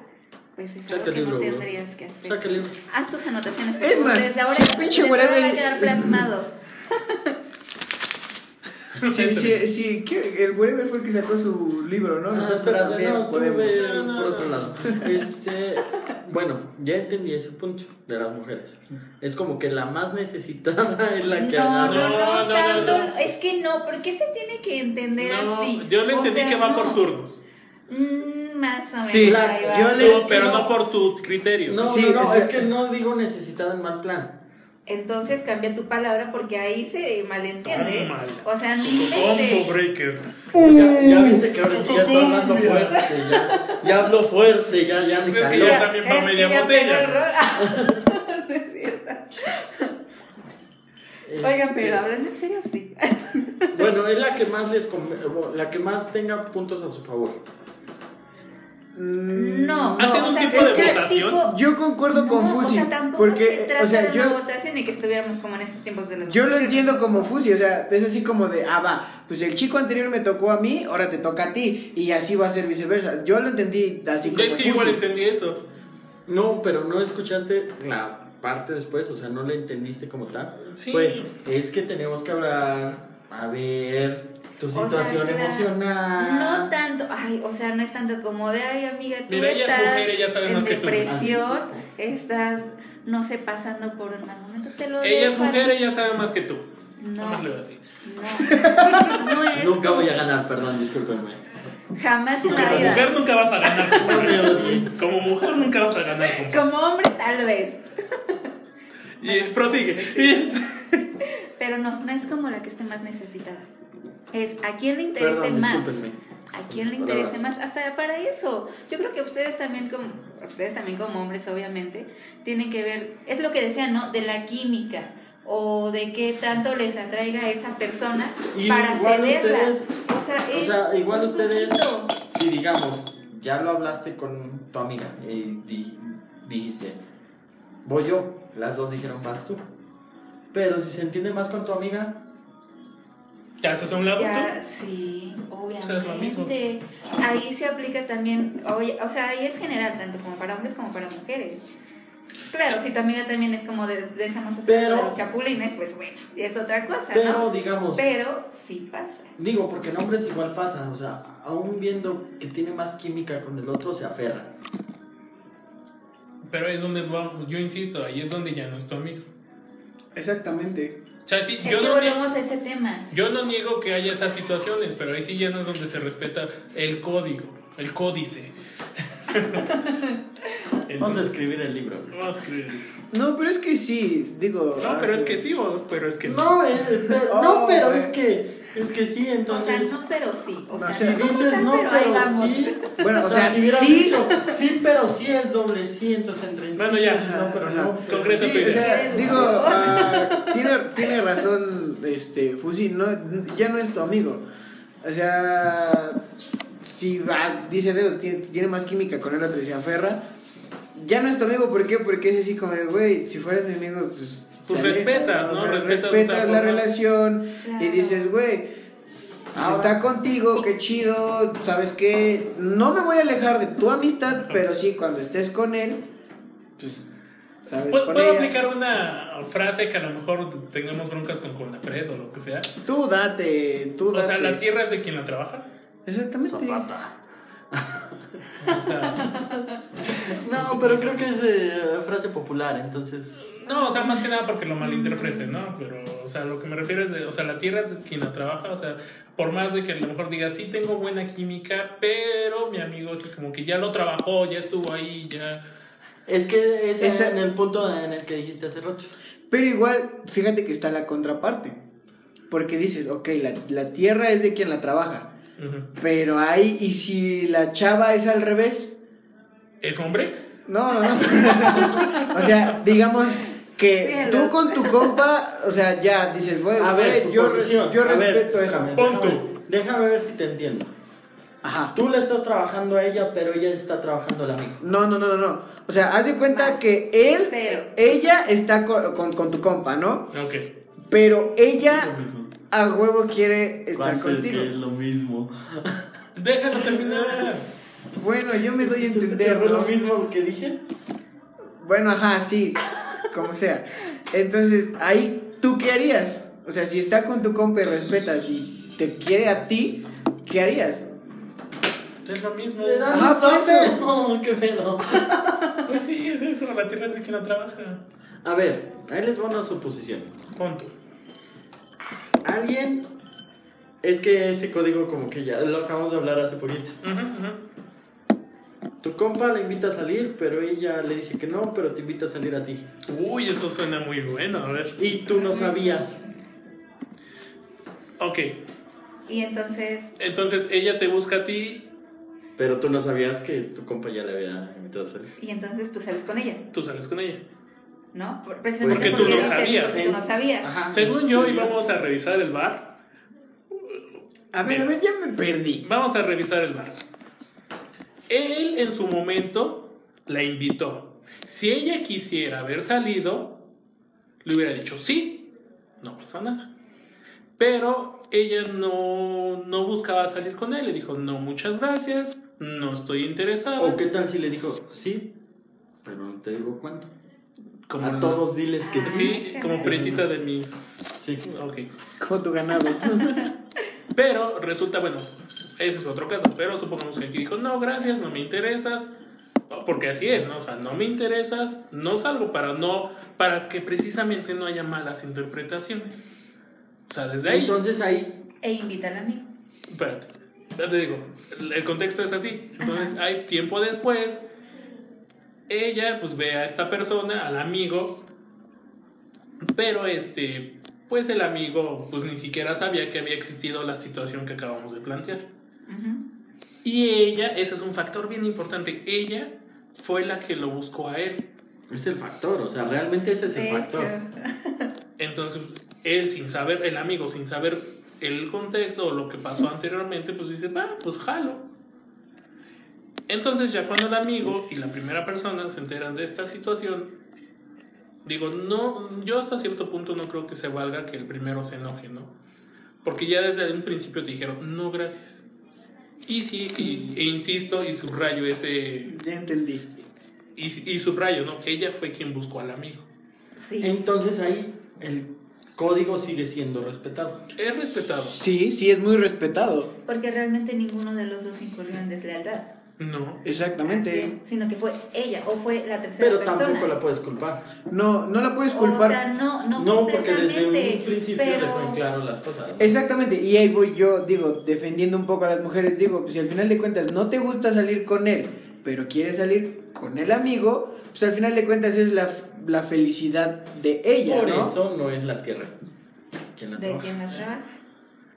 C: pues es algo
B: Sácale
C: que
B: un
C: no
B: logro.
C: tendrías que hacer.
B: Sácale.
C: Haz tus anotaciones.
D: Es más,
C: desde ahora,
D: si el pinche
C: desde ahora
D: whatever-
C: va a quedar plasmado.
D: Sí, sí, sí, ¿qué? el Wherever fue el que sacó su libro, ¿no?
B: No,
D: Nosotros
B: Ah, espérate,
D: también
B: no, tú
D: podemos.
B: ve
A: No, no,
B: por
A: no.
B: otro lado. Este, bueno, ya entendí ese punto de las mujeres. Es como que la más necesitada es la que
C: No,
B: agarra.
C: no, no,
A: No, no,
C: tanto.
A: no, no.
C: Es que no, porque se tiene que entender
A: No,
C: así.
A: yo le
C: O
A: entendí
C: sea,
A: que va
C: no.
A: por turnos.
C: Mm, más o menos.
D: Sí,
B: la-
C: ahí va.
D: yo le-
A: No,
D: que
A: pero
D: no.
A: no por tu criterio.
B: No,
D: Sí,
B: no, no, es
D: exacto.
B: que no digo necesitada en mal plan.
C: Entonces cambia tu palabra porque ahí se malentiende.
A: Tómala.
C: O sea, no
A: Combo
C: inventes.
A: breaker.
B: Ya, ya viste que ahora sí ya está
A: Cucumbia.
B: hablando fuerte, ya, ya hablo fuerte, ya, ya me
A: Es que
B: caló.
A: ya también va
C: Es que
A: media
C: ya
A: botella.
C: pegó el rol. No es cierto. Oigan,
B: Este,
C: pero hablando en serio, sí.
B: Bueno, es la que más les conv- la que más tenga puntos a su favor.
D: Mm,
C: No.
A: ¿Hacen
C: no,
A: un
C: o sea,
A: tipo
C: es
A: de
C: que
A: votación?
C: tipo-
D: Yo concuerdo con
C: No, O
D: Fusi,
C: sea, tampoco se
D: porque,
C: trata
D: o sea,
C: de una
D: yo,
C: votación y que estuviéramos como en estos tiempos de los
D: yo lo entiendo como Fusi, o sea, es así como de, ah, va, pues el chico anterior me tocó a mí, ahora te toca a ti, y así va a ser viceversa. Yo lo entendí así como
A: Es que igual
D: Fusi.
A: entendí eso.
B: No, pero no escuchaste la parte después, o sea, no la entendiste como tal.
A: Sí.
B: Fue, es que tenemos que hablar, a ver, tu
C: sea,
B: situación
C: claro. No
B: emocional.
C: tanto, ay, o sea, no es tanto como de, ay, amiga, tú
A: Ah. Mira, ellas
C: estás
A: mujeres ya saben
C: en
A: más que tú. Ah,
C: depresión, estás, no sé, pasando por un mal momento, te lo
A: Ella es
C: dejo a
A: mujer,
C: ti.
A: ella sabe más que tú.
C: No,
A: Nomás le
C: no,
A: voy a decir.
C: no es
B: Nunca voy a
C: como-
B: ganar, perdón, discúlpenme.
C: jamás
A: Tú
C: en
A: como
C: la vida.
A: mujer nunca vas a ganar.
B: No me odien.
A: Como mujer nunca vas a ganar. compa.
C: Como hombre, tal vez,
A: Y prosigue. Y es-
C: pero no, no es como la que esté más necesitada. Es a quién le interese
B: Perdón,
C: más.
B: discúlpenme.
C: ¿A quién le interese
B: Palabras.
C: más? Hasta para eso. Yo creo que ustedes también como ustedes también como hombres obviamente tienen que ver, es lo que decían, ¿no? De la química. O o de qué tanto les atraiga a esa persona
B: Y
C: para
B: igual
C: cederla.
B: ustedes-
C: o sea,
B: O
C: es
B: sea, igual
C: un
B: ustedes,
C: poquito.
B: si digamos, ya lo hablaste con tu amiga y di- dijiste, voy yo, las dos dijeron, vas tú. Pero si se entiende más con tu amiga,
A: ¿Te haces a un lado tú?
C: Ya, sí,
A: sea, es lo mismo.
C: obviamente. Ahí se aplica también, oye, o sea, ahí es general, tanto como para hombres como para mujeres. Claro, si tu amiga también es como de, de esa sociedad
B: Pero-
C: de los chapulines, pues bueno, es otra cosa,
B: pero
C: ¿no?
B: digamos,
C: Pero sí pasa.
B: digo, porque en hombres igual pasa, o sea, aún viendo que tiene más química con el otro, se aferra.
A: Pero ahí es donde vamos, yo insisto, ahí es donde ya no es tu amigo.
D: Exactamente.
A: O sea, sí,
C: Es
A: yo
C: que
A: no, niego,
C: volvemos a ese tema.
A: yo no niego que haya esas situaciones, pero ahí sí ya no es donde se respeta el código, el códice.
B: Vamos a
A: Entonces,
B: escribir el libro.
A: vamos a escribir.
D: No, pero es que sí, digo.
A: No, pero es
D: así-
A: que sí, o- pero es que no.
B: No, eh, pero-
D: Oh,
B: no, pero
D: güey.
B: es que, es que sí, entonces...
C: o sea, no, pero sí. O sea,
B: si
C: no, como
B: dices
C: tal,
B: no, pero,
C: ahí vamos.
B: sí.
D: Bueno, o sea,
B: si hubieran
D: sí.
B: dicho, sí, pero sí es doble sí, entonces entre sí,
A: Bueno,
B: sí
A: ya.
B: es no, pero no.
D: Ajá.
A: Concreta tu
D: Sí, o
A: idea.
D: sea,
C: ¿Qué?
D: digo,
C: Por favor.
D: ah, tiene, tiene razón este Fusi, no, ya no es tu amigo. O sea, si va, dice Dedo, tiene, tiene más química con el otro y se aferra, ya no es tu amigo, ¿por qué? Porque es así como, de, güey, si fueras mi amigo, pues...
A: Pues
D: te alejas,
A: respetas,
D: o
A: ¿no?
D: sea,
A: Respetas
D: respetas
A: esa
D: la
A: forma.
D: relación y
C: Claro.
D: dices, güey, pues
B: Ahora-
D: está contigo, qué chido, sabes qué, no me voy a alejar de tu amistad, pero sí cuando estés con él, pues sabes
A: ¿Puedo,
D: con
A: puedo
D: ella.
A: aplicar una frase que a lo mejor tengamos broncas con Conapred o lo que sea?
D: Tú date, tú
A: O
D: date.
A: sea, la tierra es de quien la trabaja.
D: Exactamente.
B: Zapata.
A: O sea,
B: No, pero creo que es eh, frase popular, entonces.
A: no, o sea, más que nada porque lo malinterpreten, ¿no? Pero, o sea, lo que me refiero es de, o sea, la tierra es de quien la trabaja, o sea, por más de que a lo mejor diga, sí tengo buena química, pero mi amigo sí como que ya lo trabajó, ya estuvo ahí, ya...
B: Es que es,
D: Esa-
B: en el punto en el que dijiste hace rato.
D: Pero igual, fíjate que está la contraparte. Porque dices, ok, la, la tierra es de quien la trabaja.
A: Ujú.
D: Pero ahí, ¿y si la chava es al revés?
A: ¿Es hombre?
D: No, no, no. o sea, digamos que
C: Cielos.
D: tú con tu compa, o sea, ya dices, güey,
B: A ver,
D: Eh, güey,
B: su
D: yo, re-
B: posición.
D: yo
B: A ver,
D: respeto eso.
B: espérame,
A: Pon tú.
B: déjame- Déjame ver si te entiendo.
D: Ajá.
B: Tú le estás trabajando a ella, pero ella está trabajando al amigo.
D: No, no, no, no, no. O sea, haz de cuenta que él,
C: Cero.
D: ella está con, con- con tu compa, ¿no?
A: Ok.
D: Pero ella a huevo quiere estar
B: Antes
D: contigo.
B: que es lo mismo.
A: Déjalo terminar.
D: Bueno, yo me doy a
B: ¿Qué
D: entender.
B: fue
D: ¿no?
B: lo mismo que dije?
D: Bueno, ajá, sí, como sea. Entonces, ahí, ¿tú qué harías? O sea, si está con tu compa y respetas y te quiere a ti, ¿qué harías?
A: Es lo mismo.
B: Le das
D: Ajá,
B: un zape.
D: pues.
B: No, qué pedo.
A: Pues sí, es eso, la tierra es de quien la trabaja.
B: A ver, ahí les va una suposición.
A: Punto.
B: Alguien. Es que ese código, como que ya lo acabamos de hablar hace poquito.
A: Ujú, ujú.
B: Tu compa la invita a salir, pero ella le dice que no, pero te invita a salir a ti.
A: Uy, eso suena muy bueno, a ver.
B: Y tú no sabías.
A: Ok,
C: Y entonces,
A: entonces ella te busca a ti,
B: Pero tú no sabías que tu compa ya le había invitado a salir.
C: y entonces tú sales con ella,
A: tú sales con ella.
C: ¿no? Por- Precisamente
A: Porque tú no
C: dices,
A: sabías,
C: porque tú no sabías.
B: Ah,
A: Según yo, íbamos a revisar el bar.
D: A ver, a ver, ya me perdí.
A: Vamos a revisar el bar. Él en su momento la invitó. Si ella quisiera haber salido, le hubiera dicho sí, no pasa nada. Pero ella no, no buscaba salir con él. Le dijo, no, muchas gracias, no estoy interesada.
B: O qué tal si le dijo, sí, pero no te digo cuánto.
A: Como
B: a todos diles que sí.
A: Sí, como pretita de mis...
B: Sí.
A: Ok.
D: Como tu ganado.
A: Pero resulta, bueno, ese es otro caso, pero supongamos que aquí dijo, no, gracias, no me interesas, porque así es, ¿no? O sea, no me interesas, no salgo para no, para que precisamente no haya malas interpretaciones. O sea, desde ahí,
B: Entonces ahí.
C: E invita al amigo.
A: espérate, ya te digo, el- el contexto es así. Entonces, hay tiempo después, ella pues ve a esta persona, al amigo, pero este, pues el amigo pues ni siquiera sabía que había existido la situación que acabamos de plantear.
C: Ujú.
A: Y ella, ese es un factor bien importante, ella fue la que lo buscó a él.
B: Es el factor, o sea, realmente ese es el
C: De
B: factor.
C: hecho.
A: Entonces, él sin saber, el amigo sin saber el contexto o lo que pasó anteriormente, pues dice, va, pues jalo. Entonces ya cuando el amigo y la primera persona se enteran de esta situación, digo, no, yo hasta cierto punto no creo que se valga que el primero se enoje, ¿no? Porque ya desde un principio te dijeron, no, gracias. Y sí, y- e insisto, y subrayo ese,
D: Ya entendí.
A: y, y subrayo, ¿no? Ella fue quien buscó al amigo.
C: Sí.
B: Entonces ahí el código sigue siendo respetado.
A: Es respetado.
D: Sí, sí, es muy respetado.
C: Porque realmente ninguno de los dos incurrió en deslealtad.
A: No.
D: Exactamente.
C: Sí, Sino que fue ella o fue la tercera
B: Pero
C: persona.
B: tampoco la puedes culpar.
D: No, no la puedes culpar.
C: O sea, no, no,
B: No, porque
C: completamente.
B: desde un principio
C: pero...
B: dejó claro las cosas.
D: Exactamente, y ahí voy yo, digo, defendiendo un poco a las mujeres, digo, pues si al final de cuentas no te gusta salir con él, pero quieres salir con el amigo, pues al final de cuentas es la, la felicidad de ella,
B: Por
D: ¿no?
B: eso no es la tierra. ¿Quién la
C: ¿De
B: trabaja?
C: quién la trabaja?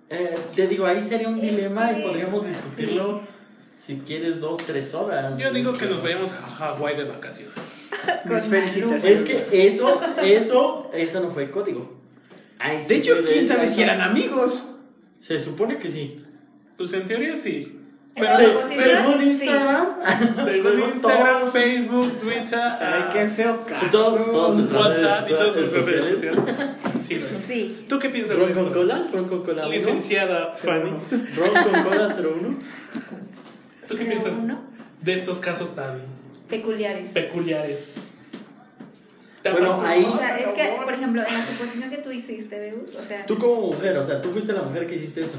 B: Eh, te digo, ahí sería un
C: Es
B: dilema
C: que-
B: y podríamos discutirlo si quieres dos, tres horas.
A: Yo digo que nos vayamos a Hawái de vacaciones.
D: Mis
C: Con
D: felicitaciones.
B: Es que eso, eso, eso no fue el código. Ahí sí
D: De hecho,
B: fue
D: quién sabe
B: descanso.
D: si eran amigos.
B: Se supone que sí.
A: Pues en teoría sí.
C: ¿La
B: Se-
A: Pero
C: suposición?
B: según
C: Sí.
B: Instagram,
A: según
B: según
A: Instagram, Facebook, Twitter,
D: Ay,
A: ah,
D: qué feo
B: todo-
D: caso.
B: todo- todas nuestras
A: WhatsApp
B: redes
A: y todas
B: sociales-
A: nuestras redes sociales. Sí, lo es.
C: Sí.
A: ¿Tú qué piensas de
B: Ron con
A: esto?
B: cola, ron con cola. uno,
A: Licenciada Fanny,
B: Ron con cola 01.
A: ¿tú qué
C: Pero
A: piensas
C: uno,
A: de estos casos tan
C: Peculiares.
A: peculiares? ¿Te ha
B: Bueno,
A: pasado?
B: ahí-
C: O sea, es que, por ejemplo, en la suposición que tú hiciste, Deus, o sea...
B: Tú como mujer, o sea, tú fuiste la mujer que hiciste eso.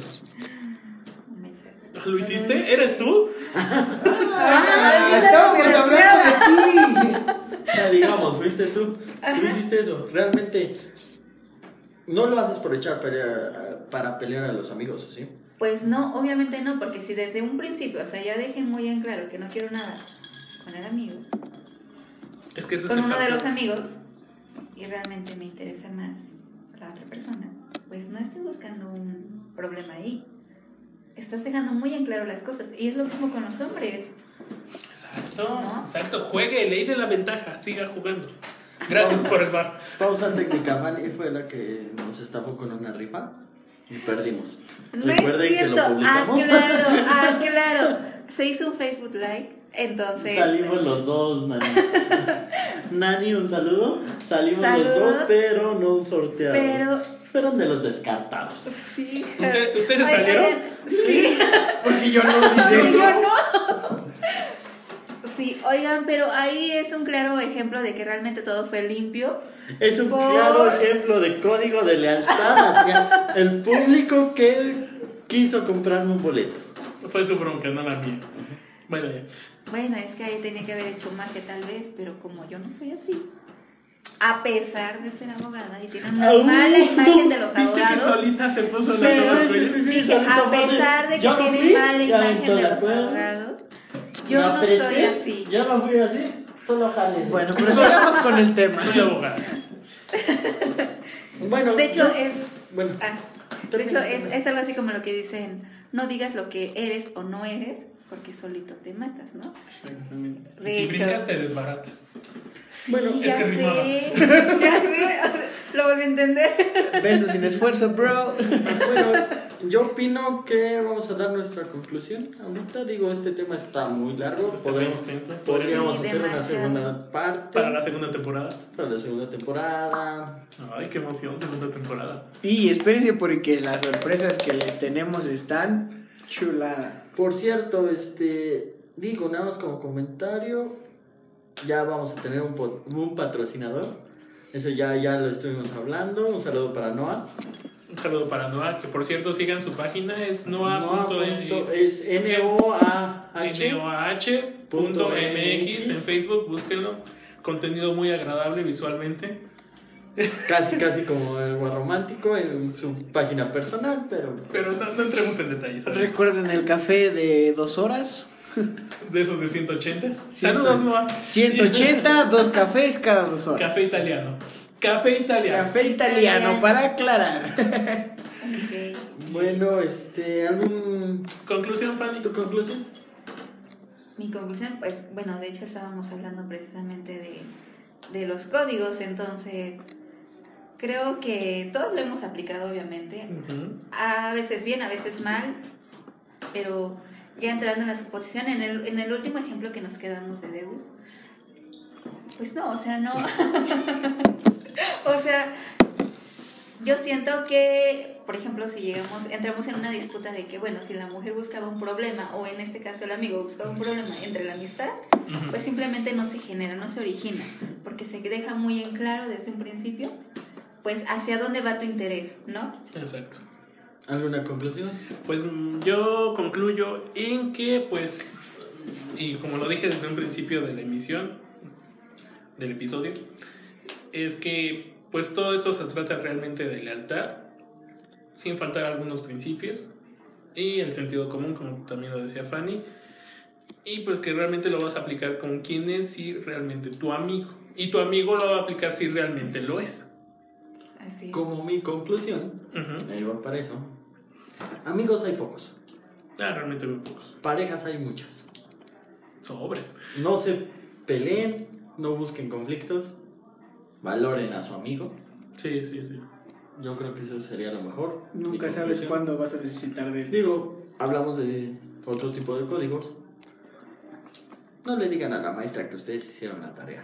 A: ¿Lo hiciste? ¿Eres tú?
D: Ah, estábamos hablando de ti.
B: O sea, digamos, fuiste tú.
C: Ajá.
B: Tú hiciste eso. Realmente no lo haces por echar pelea- para pelear a los amigos, ¿sí?
C: Pues no, obviamente no, porque si desde un principio, o sea, ya dejé muy en claro que no quiero nada con el amigo,
A: Es que eso
C: con
A: es
C: uno de los
A: factor.
C: amigos, y realmente me interesa más la otra persona, pues no estoy buscando un problema ahí. Estás dejando muy en claro las cosas, y es lo mismo con los hombres.
A: Exacto,
C: ¿No?
A: exacto. Juegue, ley de la ventaja, siga jugando. Gracias por el bar.
B: Pausa técnica, Fanny fue la que nos estafó con una rifa y perdimos.
C: No
B: Recuerden
C: es
B: que lo
C: cierto, Ah,
B: publicamos.
C: aclaro, aclaro. Se hizo un Facebook Live, entonces... este,
B: Salimos los dos, Nani. Nani, un saludo. Salimos
C: Saludos.
B: los dos, pero no sorteados.
C: Pero-
B: Fueron de los descartados.
C: Sí.
A: ¿Usted- ustedes
C: Ay,
A: salieron?
C: oigan, Sí.
D: Porque yo no
C: Sí,
D: dije.
C: yo no. Sí, oigan, pero ahí es un claro ejemplo de que realmente todo fue limpio.
B: Es un
C: Por-
B: claro ejemplo de código de lealtad hacia el público que quiso comprarme un boleto.
A: Fue su bronca, no la mía. Bueno, ya.
C: Bueno, es que ahí tenía que haber hecho magia tal vez, pero como yo no soy así, a pesar de ser abogada y tener una
B: Au,
C: mala imagen de los
A: ¿Viste que
C: abogados,
A: solita se puso la
C: Pero-
A: soga al cuello?
B: Sí, sí, sí,
C: dije,
B: solita
C: a
B: fue de,
C: pesar de que
B: yo no
C: tienen
B: fui,
C: mala
B: ya
C: imagen
B: aventó
C: de
B: la
C: los
B: cuerda.
C: abogados, yo
B: Me
C: no
B: apreté,
C: soy así.
B: Yo no fui así, solo jalé.
D: Bueno, pero sigamos con el tema.
A: Soy abogada.
B: bueno
C: De hecho,
B: yo-
C: es
B: Bueno,
C: Ah, de hecho, es, es algo así como lo que dicen, no digas lo que eres o no eres, porque solito te matas, ¿no?
D: Exactamente.
C: De
A: si
C: hecho.
A: brincas, te desbaratas.
C: Bueno,
A: es que rimaba.
C: ya sé, o sea, lo volví a entender.
D: Verso sin esfuerzo, bro.
B: bueno, yo opino que vamos a dar nuestra conclusión. Ahorita digo, este tema está muy largo.
A: Pues
B: Podríamos,
A: tenemos tenso.
B: podríamos
C: Sí,
B: hacer una
C: demasiado.
B: segunda parte
A: Para la segunda temporada.
B: para la segunda temporada.
A: Ay, qué emoción, segunda temporada.
D: Y espérense porque las sorpresas que les tenemos están chulada.
B: Por cierto, este digo nada más como comentario, ya vamos a tener un, po- un patrocinador. Eso ya, ya lo estuvimos hablando. Un saludo para Noah.
A: Un saludo para Noah, que por cierto sigan su página, es e-
B: punto-
A: noah.noah.mx
B: es N O A
C: e-
B: H.
A: en Facebook, búsquenlo. Contenido muy agradable visualmente.
B: Casi casi como el romántico en su página personal, pero
A: Pero no, no entremos en detalles. ¿sabes?
D: Recuerden el café de dos horas.
A: De esos de 180.
D: Ciento-
A: Saludos, Noah.
D: 180, dos cafés cada dos horas.
A: Café italiano. Café italiano.
D: Café italiano, para aclarar.
C: Ok,
B: bueno, este algún
A: Conclusión, Fanny.
B: tu conclusión.
C: Mi conclusión, pues bueno, de hecho estábamos hablando precisamente de, de los códigos, entonces creo que todos lo hemos aplicado, obviamente.
A: Ujú.
C: A veces bien, a veces mal, pero ya entrando en la suposición, en el, en el último ejemplo que nos quedamos de Deus, pues no, o sea, no. o sea, yo siento que, por ejemplo, si llegamos, entramos en una disputa de que, bueno, si la mujer buscaba un problema, o en este caso el amigo buscaba un problema entre la amistad, pues simplemente no se genera, no se origina, porque se deja muy en claro desde un principio, pues hacia dónde va tu interés, ¿no?
A: Exacto.
B: ¿Alguna conclusión?
A: Pues mm, yo concluyo en que, pues, y como lo dije desde un principio de la emisión, del episodio, es que, pues, todo esto se trata realmente de lealtad, sin faltar algunos principios, y el sentido común, como también lo decía Fanny, y pues que realmente lo vas a aplicar con quien es si realmente tu amigo, y tu amigo lo va a aplicar si realmente lo es.
C: Así.
B: Como mi conclusión,
A: Ujú.
B: ahí va para eso. Amigos hay pocos,
A: Ah, realmente muy pocos.
B: parejas hay muchas.
A: Sobres.
B: No se peleen, no busquen conflictos, valoren a su amigo.
A: Sí, sí, sí.
B: Yo creo que eso sería lo mejor.
D: Nunca
B: Mi
D: sabes
B: conclusión.
D: cuándo vas a necesitar de él.
B: Digo, hablamos de otro tipo de códigos. No le digan a la maestra que ustedes hicieron la tarea.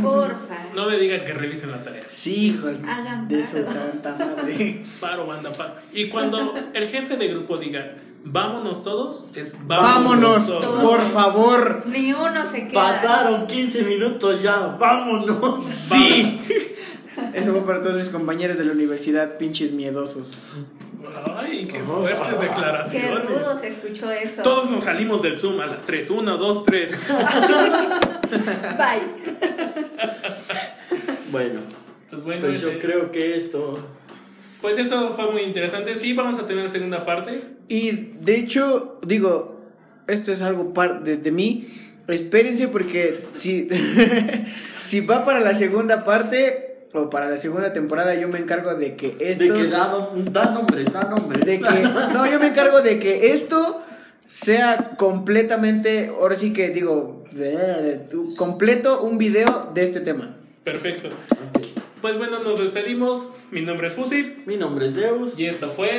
C: Porfa.
A: No le digan que revisen la tarea.
D: Sí, hijos
C: Hagan
D: de su
C: paro.
D: santa madre.
A: Paro, banda, paro. Y cuando el jefe de grupo diga, vámonos todos, es
D: Vámonos,
A: todos.
D: por favor.
C: Ni uno se queda.
B: Pasaron 15 minutos ya, vámonos.
D: Sí. Eso fue para todos mis compañeros de la universidad, pinches miedosos.
A: Ay, qué fuertes
C: Qué
A: declaraciones.
C: rudo se escuchó eso.
A: Todos nos salimos del Zoom a las 3. 1, 2, 3.
C: Bye.
B: Bueno,
A: Pues bueno,
B: pues yo
A: ese-
B: creo que esto.
A: pues eso fue muy interesante. Sí, vamos a tener segunda parte.
D: Y de hecho, digo, esto es algo parte de, de mí. Espérense porque si, si va para la segunda parte o para la segunda temporada, yo me encargo de que esto...
B: De que da, nom- da nombres, da nombres.
D: de que no yo me encargo de que esto sea completamente ahora sí que digo de- de- tu- completo un video de este tema
A: Perfecto.
B: Ok.
A: Pues bueno, nos despedimos. Mi nombre es Fusi
B: Mi nombre es Deus.
A: y esto fue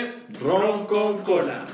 B: Ron
A: con cola.